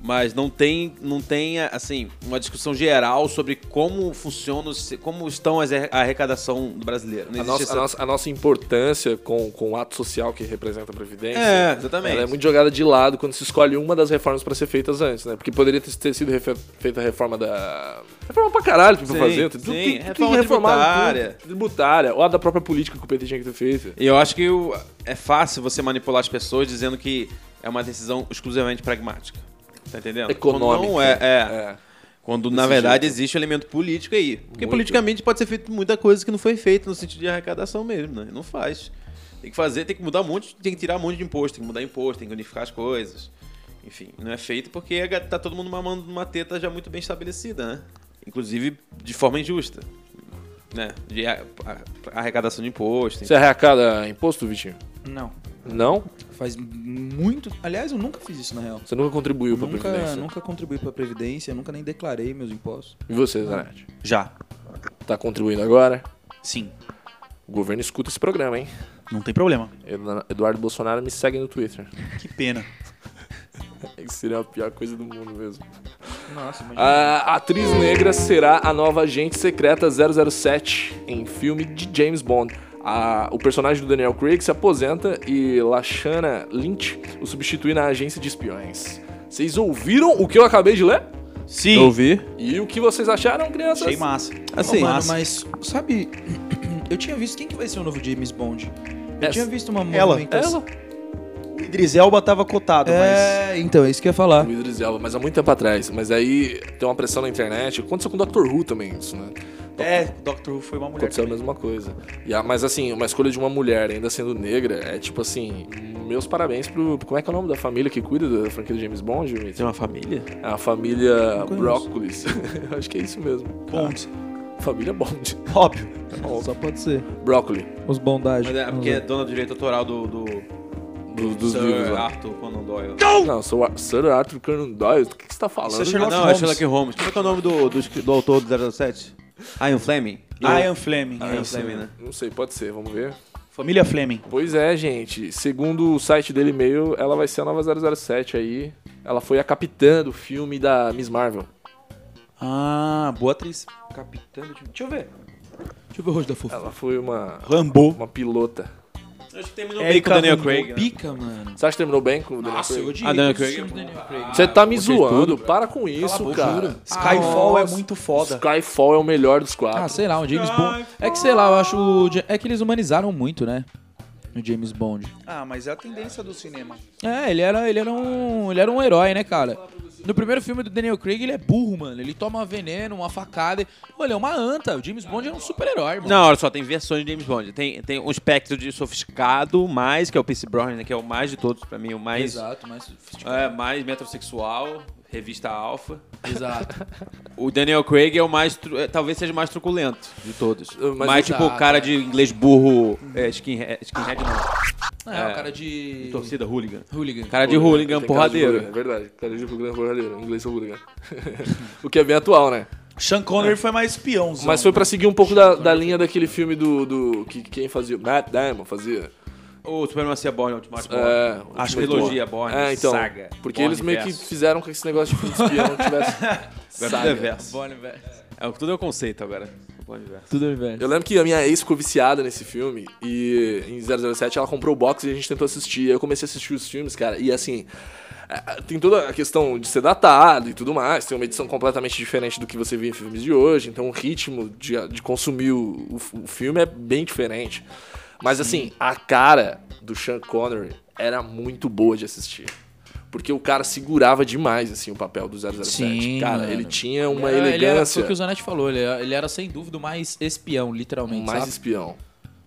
[SPEAKER 5] Mas não tem, não tem assim, uma discussão geral sobre como funciona, o se- como estão as arre- a arrecadação brasileira. Não
[SPEAKER 4] A
[SPEAKER 5] existe
[SPEAKER 4] nossa, a
[SPEAKER 5] essa-
[SPEAKER 4] nossa- a nossa importância com, com o ato social que representa a Previdência.
[SPEAKER 5] É, exatamente.
[SPEAKER 4] Ela é muito jogada de lado quando se escolhe uma das reformas para ser feitas antes, né? Porque poderia ter ter sido refe- feita a reforma da. Reforma pra caralho pra
[SPEAKER 5] Sim,
[SPEAKER 4] fazer. Tudo
[SPEAKER 5] sim,
[SPEAKER 4] tem, tudo tem
[SPEAKER 5] reforma
[SPEAKER 4] reformado,
[SPEAKER 5] tributária.
[SPEAKER 4] tudo, tributária. Ou a da própria política que o PT tinha que ter feito.
[SPEAKER 5] E eu acho que o- é fácil você manipular as pessoas dizendo que é uma decisão exclusivamente pragmática. Tá entendendo?
[SPEAKER 4] Econômica.
[SPEAKER 5] Quando não é, é.
[SPEAKER 4] É.
[SPEAKER 5] Quando, na
[SPEAKER 4] Desse
[SPEAKER 5] verdade, existe o elemento político aí. Porque
[SPEAKER 4] Muito.
[SPEAKER 5] politicamente pode ser feito muita coisa que não foi feita no sentido de arrecadação mesmo, né? Não faz. Tem que fazer, tem que mudar um monte, tem que tirar um monte de imposto, tem que mudar imposto, tem que unificar as coisas. Enfim, não é feito porque é- tá todo mundo mamando numa teta já muito bem estabelecida, né? Inclusive de forma injusta. Né? De a- a- arrecadação de imposto.
[SPEAKER 4] Você arrecada imposto, Vitinho?
[SPEAKER 6] Não.
[SPEAKER 4] Não?
[SPEAKER 6] Faz muito. Aliás, eu nunca fiz isso, na real.
[SPEAKER 4] Você nunca contribuiu pra
[SPEAKER 6] Nunca,
[SPEAKER 4] Previdência.
[SPEAKER 6] nunca contribuí pra Previdência, nunca nem declarei meus impostos.
[SPEAKER 4] E você, Zanetti?
[SPEAKER 1] Já.
[SPEAKER 4] Tá contribuindo agora?
[SPEAKER 1] Sim.
[SPEAKER 4] O governo escuta esse programa, hein?
[SPEAKER 1] Não tem problema.
[SPEAKER 4] Edu- Eduardo Bolsonaro me segue no Twitter.
[SPEAKER 1] Que pena.
[SPEAKER 4] Seria a pior coisa do mundo mesmo. Nossa, A atriz negra será a nova agente secreta 007 em filme de James Bond. A- o personagem do Daniel Craig se aposenta e Lashana Lynch o substitui na agência de espiões. Vocês ouviram o que eu acabei de ler?
[SPEAKER 1] Sim.
[SPEAKER 5] ouvi.
[SPEAKER 4] E o que vocês acharam, crianças?
[SPEAKER 1] Achei massa.
[SPEAKER 6] Assim, mano,
[SPEAKER 1] massa.
[SPEAKER 6] mas sabe, eu tinha visto quem que vai ser o novo James Bond. Eu
[SPEAKER 4] Essa.
[SPEAKER 6] tinha visto uma
[SPEAKER 1] Ela.
[SPEAKER 6] movimentação.
[SPEAKER 1] O Idris Elba tava cotado,
[SPEAKER 6] É, então, é isso que eu ia falar.
[SPEAKER 4] O Idris Elba, mas há muito tempo atrás. Mas aí tem uma pressão na internet. Aconteceu com o Dr. Who também isso, né?
[SPEAKER 1] mas. É, Dr. Who foi uma mulher.
[SPEAKER 4] Aconteceu a mesma coisa. E a- mas assim, uma escolha de uma mulher, ainda sendo negra, é tipo assim, meus parabéns pro. Como é que é o nome da família que cuida da franquia do James Bond? Vitor?
[SPEAKER 5] Tem uma família?
[SPEAKER 4] A família Brócolis. Eu Acho que é isso mesmo. Ah,
[SPEAKER 1] Bond.
[SPEAKER 4] Família Bond. É
[SPEAKER 1] Óbvio.
[SPEAKER 6] Só pode ser.
[SPEAKER 4] Brócoli.
[SPEAKER 6] Os bondagens.
[SPEAKER 5] Mas é porque é dona do direito autoral do, do
[SPEAKER 4] do- dos
[SPEAKER 5] Sir
[SPEAKER 4] livros lá.
[SPEAKER 5] Arthur Conan Doyle.
[SPEAKER 4] Não, sou Ar- Sir Arthur Conan Doyle. Do que, que você tá falando?
[SPEAKER 1] Isso é Sherlock
[SPEAKER 5] não,
[SPEAKER 1] Holmes.
[SPEAKER 5] é Sherlock Holmes. Como é que é o nome do, do, escri- do autor do 007? Ian Fleming?
[SPEAKER 1] Ah,
[SPEAKER 5] Ah,
[SPEAKER 1] Ian Fleming.
[SPEAKER 5] Ian Fleming, né?
[SPEAKER 4] Não sei, pode ser, vamos ver.
[SPEAKER 1] Família Fleming.
[SPEAKER 4] Pois é, gente. Segundo o site dele e-mail, ela vai ser a nova 007 aí. Ela foi a capitã do filme da Miss Marvel.
[SPEAKER 1] Ah, boa atriz.
[SPEAKER 6] Deixa eu ver. Deixa eu ver o rosto da fofa.
[SPEAKER 4] Ela foi uma,
[SPEAKER 1] Rambo.
[SPEAKER 4] uma pilota.
[SPEAKER 5] Acho que terminou
[SPEAKER 1] bem É, tá com o Daniel Craig, né?
[SPEAKER 5] né?
[SPEAKER 6] Pica, mano.
[SPEAKER 4] Você acha que terminou bem com o Daniel
[SPEAKER 6] Nossa, eu
[SPEAKER 4] Craig?
[SPEAKER 6] odiei
[SPEAKER 5] Ah, Daniel
[SPEAKER 6] todos
[SPEAKER 5] Craig
[SPEAKER 6] os filmes do Daniel Craig.
[SPEAKER 4] Você tá me zoando, para com isso, cara.
[SPEAKER 1] Skyfall é muito foda.
[SPEAKER 4] Skyfall é o melhor dos
[SPEAKER 3] Ah,
[SPEAKER 4] quatro.
[SPEAKER 3] sei lá, um James Bond. É que sei lá, eu acho. o Ja- É que eles humanizaram muito, né? O James Bond.
[SPEAKER 1] Ah, mas é a tendência do cinema.
[SPEAKER 3] É, ele era, ele era um. Ele era um herói, né, cara? No primeiro filme do Daniel Craig, ele é burro, mano. Ele toma veneno, uma facada. e- Pô, ele é uma anta. O James Bond é um super-herói, mano.
[SPEAKER 5] Não, olha só, tem versões de James Bond. Tem, tem um espectro de sofisticado, mais, que é o Pierce Brosnan, que é o mais de todos pra mim, o mais,
[SPEAKER 3] Exato, mas. tipo,
[SPEAKER 5] é, mais metrosexual, revista alfa.
[SPEAKER 3] Exato.
[SPEAKER 5] O Daniel Craig é o mais, tru- é, talvez seja o mais truculento de todos.
[SPEAKER 4] Eu- mas
[SPEAKER 5] mais
[SPEAKER 4] eu-
[SPEAKER 5] tipo o cara de inglês burro, é, skinhead, skinhead não,
[SPEAKER 3] É, o cara de.
[SPEAKER 5] torcida hooligan.
[SPEAKER 3] Hooligan.
[SPEAKER 5] Cara de hooligan, porradeiro.
[SPEAKER 4] É verdade, cara de hooligan porradeiro. Em inglês é hooligan. o que é bem atual, né?
[SPEAKER 1] Sean Connery É. foi mais espiãozão.
[SPEAKER 4] Mas foi pra seguir um pouco da, da linha daquele filme do, do. que quem fazia? Matt Damon fazia.
[SPEAKER 5] O Supremacia Born, né? Ultimate Born.
[SPEAKER 4] É,
[SPEAKER 5] Acho
[SPEAKER 4] Ultimate
[SPEAKER 5] trilogia
[SPEAKER 4] War.
[SPEAKER 5] Born, saga.
[SPEAKER 4] É, então, Porque
[SPEAKER 5] Born
[SPEAKER 4] eles meio que
[SPEAKER 5] verso.
[SPEAKER 4] fizeram com que esse negócio de filme de espião não
[SPEAKER 5] Agora
[SPEAKER 4] tivesse.
[SPEAKER 5] tudo é
[SPEAKER 4] saga.
[SPEAKER 5] verso. É, tudo é o conceito agora. Born verso.
[SPEAKER 3] Tudo universo.
[SPEAKER 4] Eu lembro que a minha ex ficou viciada nesse filme e em 007 ela comprou o box e a gente tentou assistir. Eu comecei a assistir os filmes, cara, e assim. é, Tem toda a questão de ser datado e tudo mais, tem uma edição completamente diferente do que você vê em filmes de hoje, então o ritmo de, de consumir o, o f- o filme é bem diferente. Mas assim, a cara do Sean Connery era muito boa de assistir. Porque o cara segurava demais assim o papel do 007.
[SPEAKER 3] Sim,
[SPEAKER 4] cara,
[SPEAKER 3] mano.
[SPEAKER 4] ele tinha uma
[SPEAKER 3] Ele era- Ele era, foi
[SPEAKER 4] elegância
[SPEAKER 3] o que o Zanetti falou, ele era, ele era sem dúvida o mais espião, literalmente,
[SPEAKER 4] mais
[SPEAKER 3] sabe?
[SPEAKER 4] espião.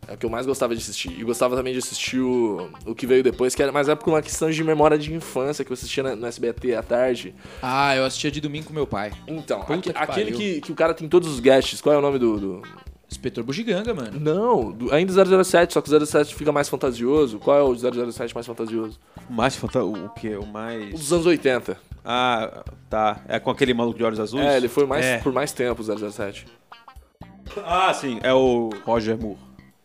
[SPEAKER 4] É o que eu mais gostava de assistir. E gostava também de assistir o, o que veio depois, que era mais época uma questão de memória de infância que eu assistia na- no SBT à tarde.
[SPEAKER 3] Ah, eu assistia de domingo com meu pai.
[SPEAKER 4] Então,
[SPEAKER 3] Puta
[SPEAKER 4] aque-
[SPEAKER 3] que
[SPEAKER 4] aquele
[SPEAKER 3] pariu.
[SPEAKER 4] que, que o cara tem todos os gadgets. Qual é o nome do. do-
[SPEAKER 3] Inspetor Bugiganga, mano.
[SPEAKER 4] Não, do- ainda 007, só que o 007 fica mais fantasioso. Qual é o 007 mais fantasioso?
[SPEAKER 5] O mais fanta... O que? O
[SPEAKER 4] O
[SPEAKER 5] mais.
[SPEAKER 4] dos anos 80.
[SPEAKER 5] Ah, tá. É com aquele maluco de olhos azuis?
[SPEAKER 4] É, ele foi mais,
[SPEAKER 1] É.
[SPEAKER 4] por mais tempo, o 007.
[SPEAKER 5] Ah, sim. É o Roger Moore.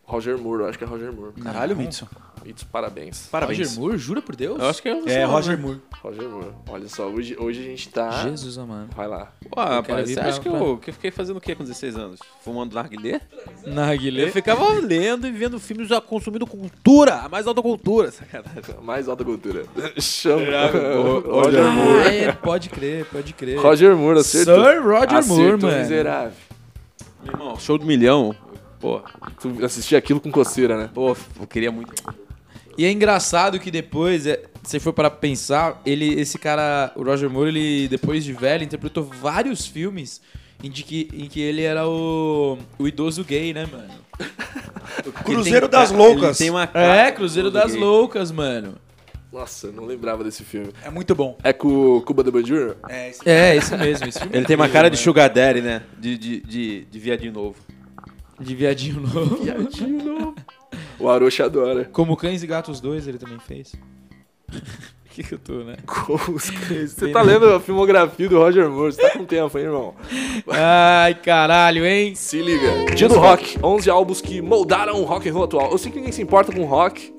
[SPEAKER 4] Roger Moore, eu acho que é Roger Moore.
[SPEAKER 1] Caralho, Mitson.
[SPEAKER 4] E dos parabéns.
[SPEAKER 1] Parabéns.
[SPEAKER 3] Roger Moore, jura por Deus?
[SPEAKER 5] Eu acho que é o
[SPEAKER 1] É, Roger Moore.
[SPEAKER 4] Roger Moore. Olha só, hoje, hoje a gente tá.
[SPEAKER 5] Ah.
[SPEAKER 3] Jesus, amado.
[SPEAKER 4] Vai lá.
[SPEAKER 5] Pô, rapaz,
[SPEAKER 3] vir
[SPEAKER 5] você
[SPEAKER 3] pra-
[SPEAKER 5] acha que eu, que eu fiquei fazendo o que com 16 anos? Fumando narguilé?
[SPEAKER 3] Na
[SPEAKER 5] Eu ficava lendo e vendo filmes, já consumindo cultura, a mais alta cultura, sacanagem.
[SPEAKER 4] Mais alta cultura. Chama.
[SPEAKER 1] Roger
[SPEAKER 4] Roger Moore.
[SPEAKER 3] Ah, é, pode crer, pode crer.
[SPEAKER 4] Roger Moore, acertou.
[SPEAKER 3] Sir Roger
[SPEAKER 4] Acertou,
[SPEAKER 3] Moore, mano.
[SPEAKER 4] miserável.
[SPEAKER 5] Meu irmão, show do milhão. Pô,
[SPEAKER 4] Tu assistia aquilo com coceira, né?
[SPEAKER 5] pô, eu queria muito.
[SPEAKER 3] E é engraçado que depois, é, se for para pensar, ele, esse cara, o Roger Moore, ele depois de velho interpretou vários filmes em, de que, em que ele era o, o idoso gay, né, mano?
[SPEAKER 1] Cruzeiro
[SPEAKER 5] Ele tem-
[SPEAKER 1] das
[SPEAKER 5] ele
[SPEAKER 1] Loucas.
[SPEAKER 5] tem uma cara
[SPEAKER 3] É,
[SPEAKER 5] de
[SPEAKER 3] Cruzeiro
[SPEAKER 5] idoso
[SPEAKER 3] das
[SPEAKER 5] gay.
[SPEAKER 3] Loucas, mano.
[SPEAKER 4] Nossa, eu não lembrava desse filme.
[SPEAKER 1] É muito bom.
[SPEAKER 4] É com o Cuba Double Jr.?
[SPEAKER 3] É, esse mesmo, esse filme.
[SPEAKER 5] Ele tem uma cara de sugar daddy, né? De, de, de, de viadinho novo.
[SPEAKER 3] De viadinho novo.
[SPEAKER 4] O Arocha adora.
[SPEAKER 3] Como Cães e Gatos 2 ele também fez. O que que eu tô, né?
[SPEAKER 4] Você tá lendo a filmografia do Roger Moore, você tá com tempo, hein, irmão?
[SPEAKER 3] Ai, caralho, hein?
[SPEAKER 4] Se liga. Dia do Rock, 11 álbuns que moldaram o rock and roll atual. Eu sei que ninguém se importa com rock.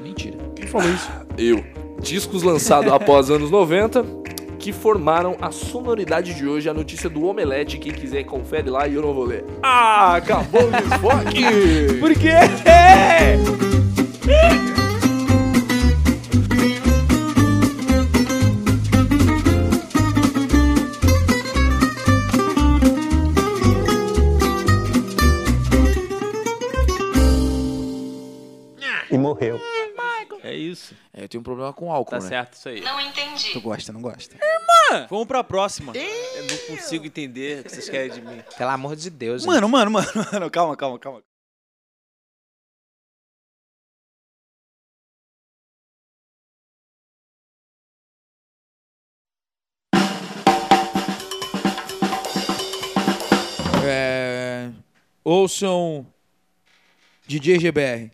[SPEAKER 3] Mentira.
[SPEAKER 4] Quem falou isso? Eu. Discos lançados após anos 90 que formaram a sonoridade de hoje, a notícia do Omelete. Quem quiser, confere lá e eu não vou ler. Ah, acabou o desfoque!
[SPEAKER 3] Por quê?
[SPEAKER 5] É isso.
[SPEAKER 3] É, eu tenho um problema com álcool,
[SPEAKER 5] Tá
[SPEAKER 3] né?
[SPEAKER 5] certo isso aí.
[SPEAKER 10] Não entendi.
[SPEAKER 2] Gosta, não gosta?
[SPEAKER 1] Vamos pra próxima.
[SPEAKER 5] Eu não consigo entender o que vocês querem de mim.
[SPEAKER 7] Pelo amor de Deus,
[SPEAKER 1] Mano, mano, mano, mano, calma, calma, calma.
[SPEAKER 6] É.
[SPEAKER 3] Ouçam DJ GBR.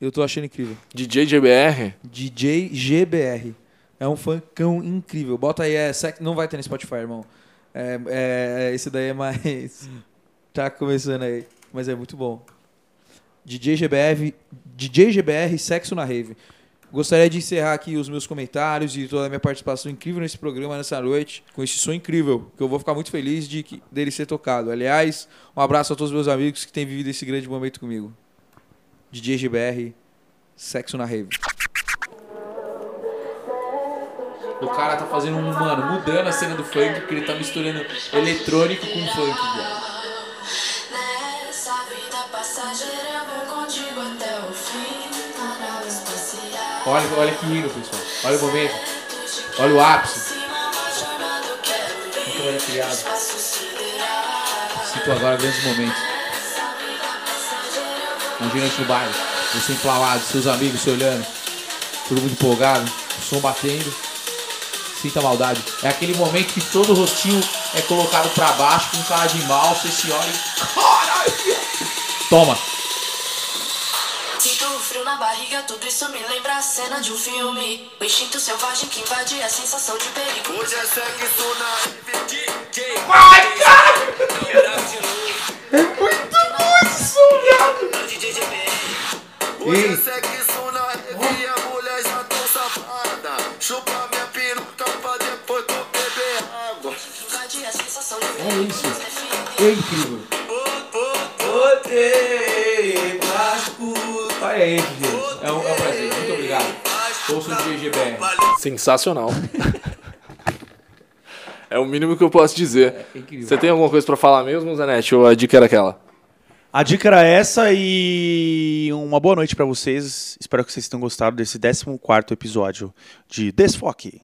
[SPEAKER 3] Eu tô achando incrível.
[SPEAKER 4] DJ JBR?
[SPEAKER 3] DJ GBR. É um funkão incrível. Bota aí, é, sec- não vai ter no Spotify, irmão. É, é, esse daí é mais. Tá começando aí. Mas é muito bom. DJ GBR, DJ GBR Sexo na Rave. Gostaria de encerrar aqui os meus comentários e toda a minha participação incrível nesse programa nessa noite, com esse som incrível, que eu vou ficar muito feliz de que, dele ser tocado. Aliás, um abraço a todos os meus amigos que têm vivido esse grande momento comigo. DJ GBR, Sexo na Rave. O cara tá fazendo um, mano, mudando a cena do funk, porque ele tá misturando eletrônico com funk, velho.
[SPEAKER 10] Nessa vida passageira, eu vou contigo até o fim. Na nave espacial,
[SPEAKER 3] Olha, olha que hino, pessoal. Olha o momento. Olha o ápice.
[SPEAKER 10] cima, apaixonado, quero ir.
[SPEAKER 3] Como ele é criado.
[SPEAKER 10] Espaço sideral.
[SPEAKER 3] Sinto agora grandes momentos. Imagina isso no bairro. Você emplalado, seus amigos se olhando. Todo mundo empolgado. O som batendo. Sinta a maldade. É aquele momento que todo o rostinho é colocado pra baixo com cara de mal. Você se olha e... Caralho! Toma.
[SPEAKER 10] Sinto o frio na barriga, tudo isso me lembra a cena de um filme. O instinto selvagem que invade a sensação de perigo. Invade a sensação de perigo. É isso.
[SPEAKER 3] É incrível. Olha aí, gente. É um, é um prazer. Muito obrigado. Ouço o GGBR.
[SPEAKER 4] Sensacional. é o mínimo que eu posso dizer.
[SPEAKER 3] incrível.
[SPEAKER 4] Você tem alguma coisa pra falar mesmo, Zanetti? Ou a dica era aquela?
[SPEAKER 1] A dica era essa e uma boa noite pra vocês. Espero que vocês tenham gostado desse 14 episódio de Desfoque.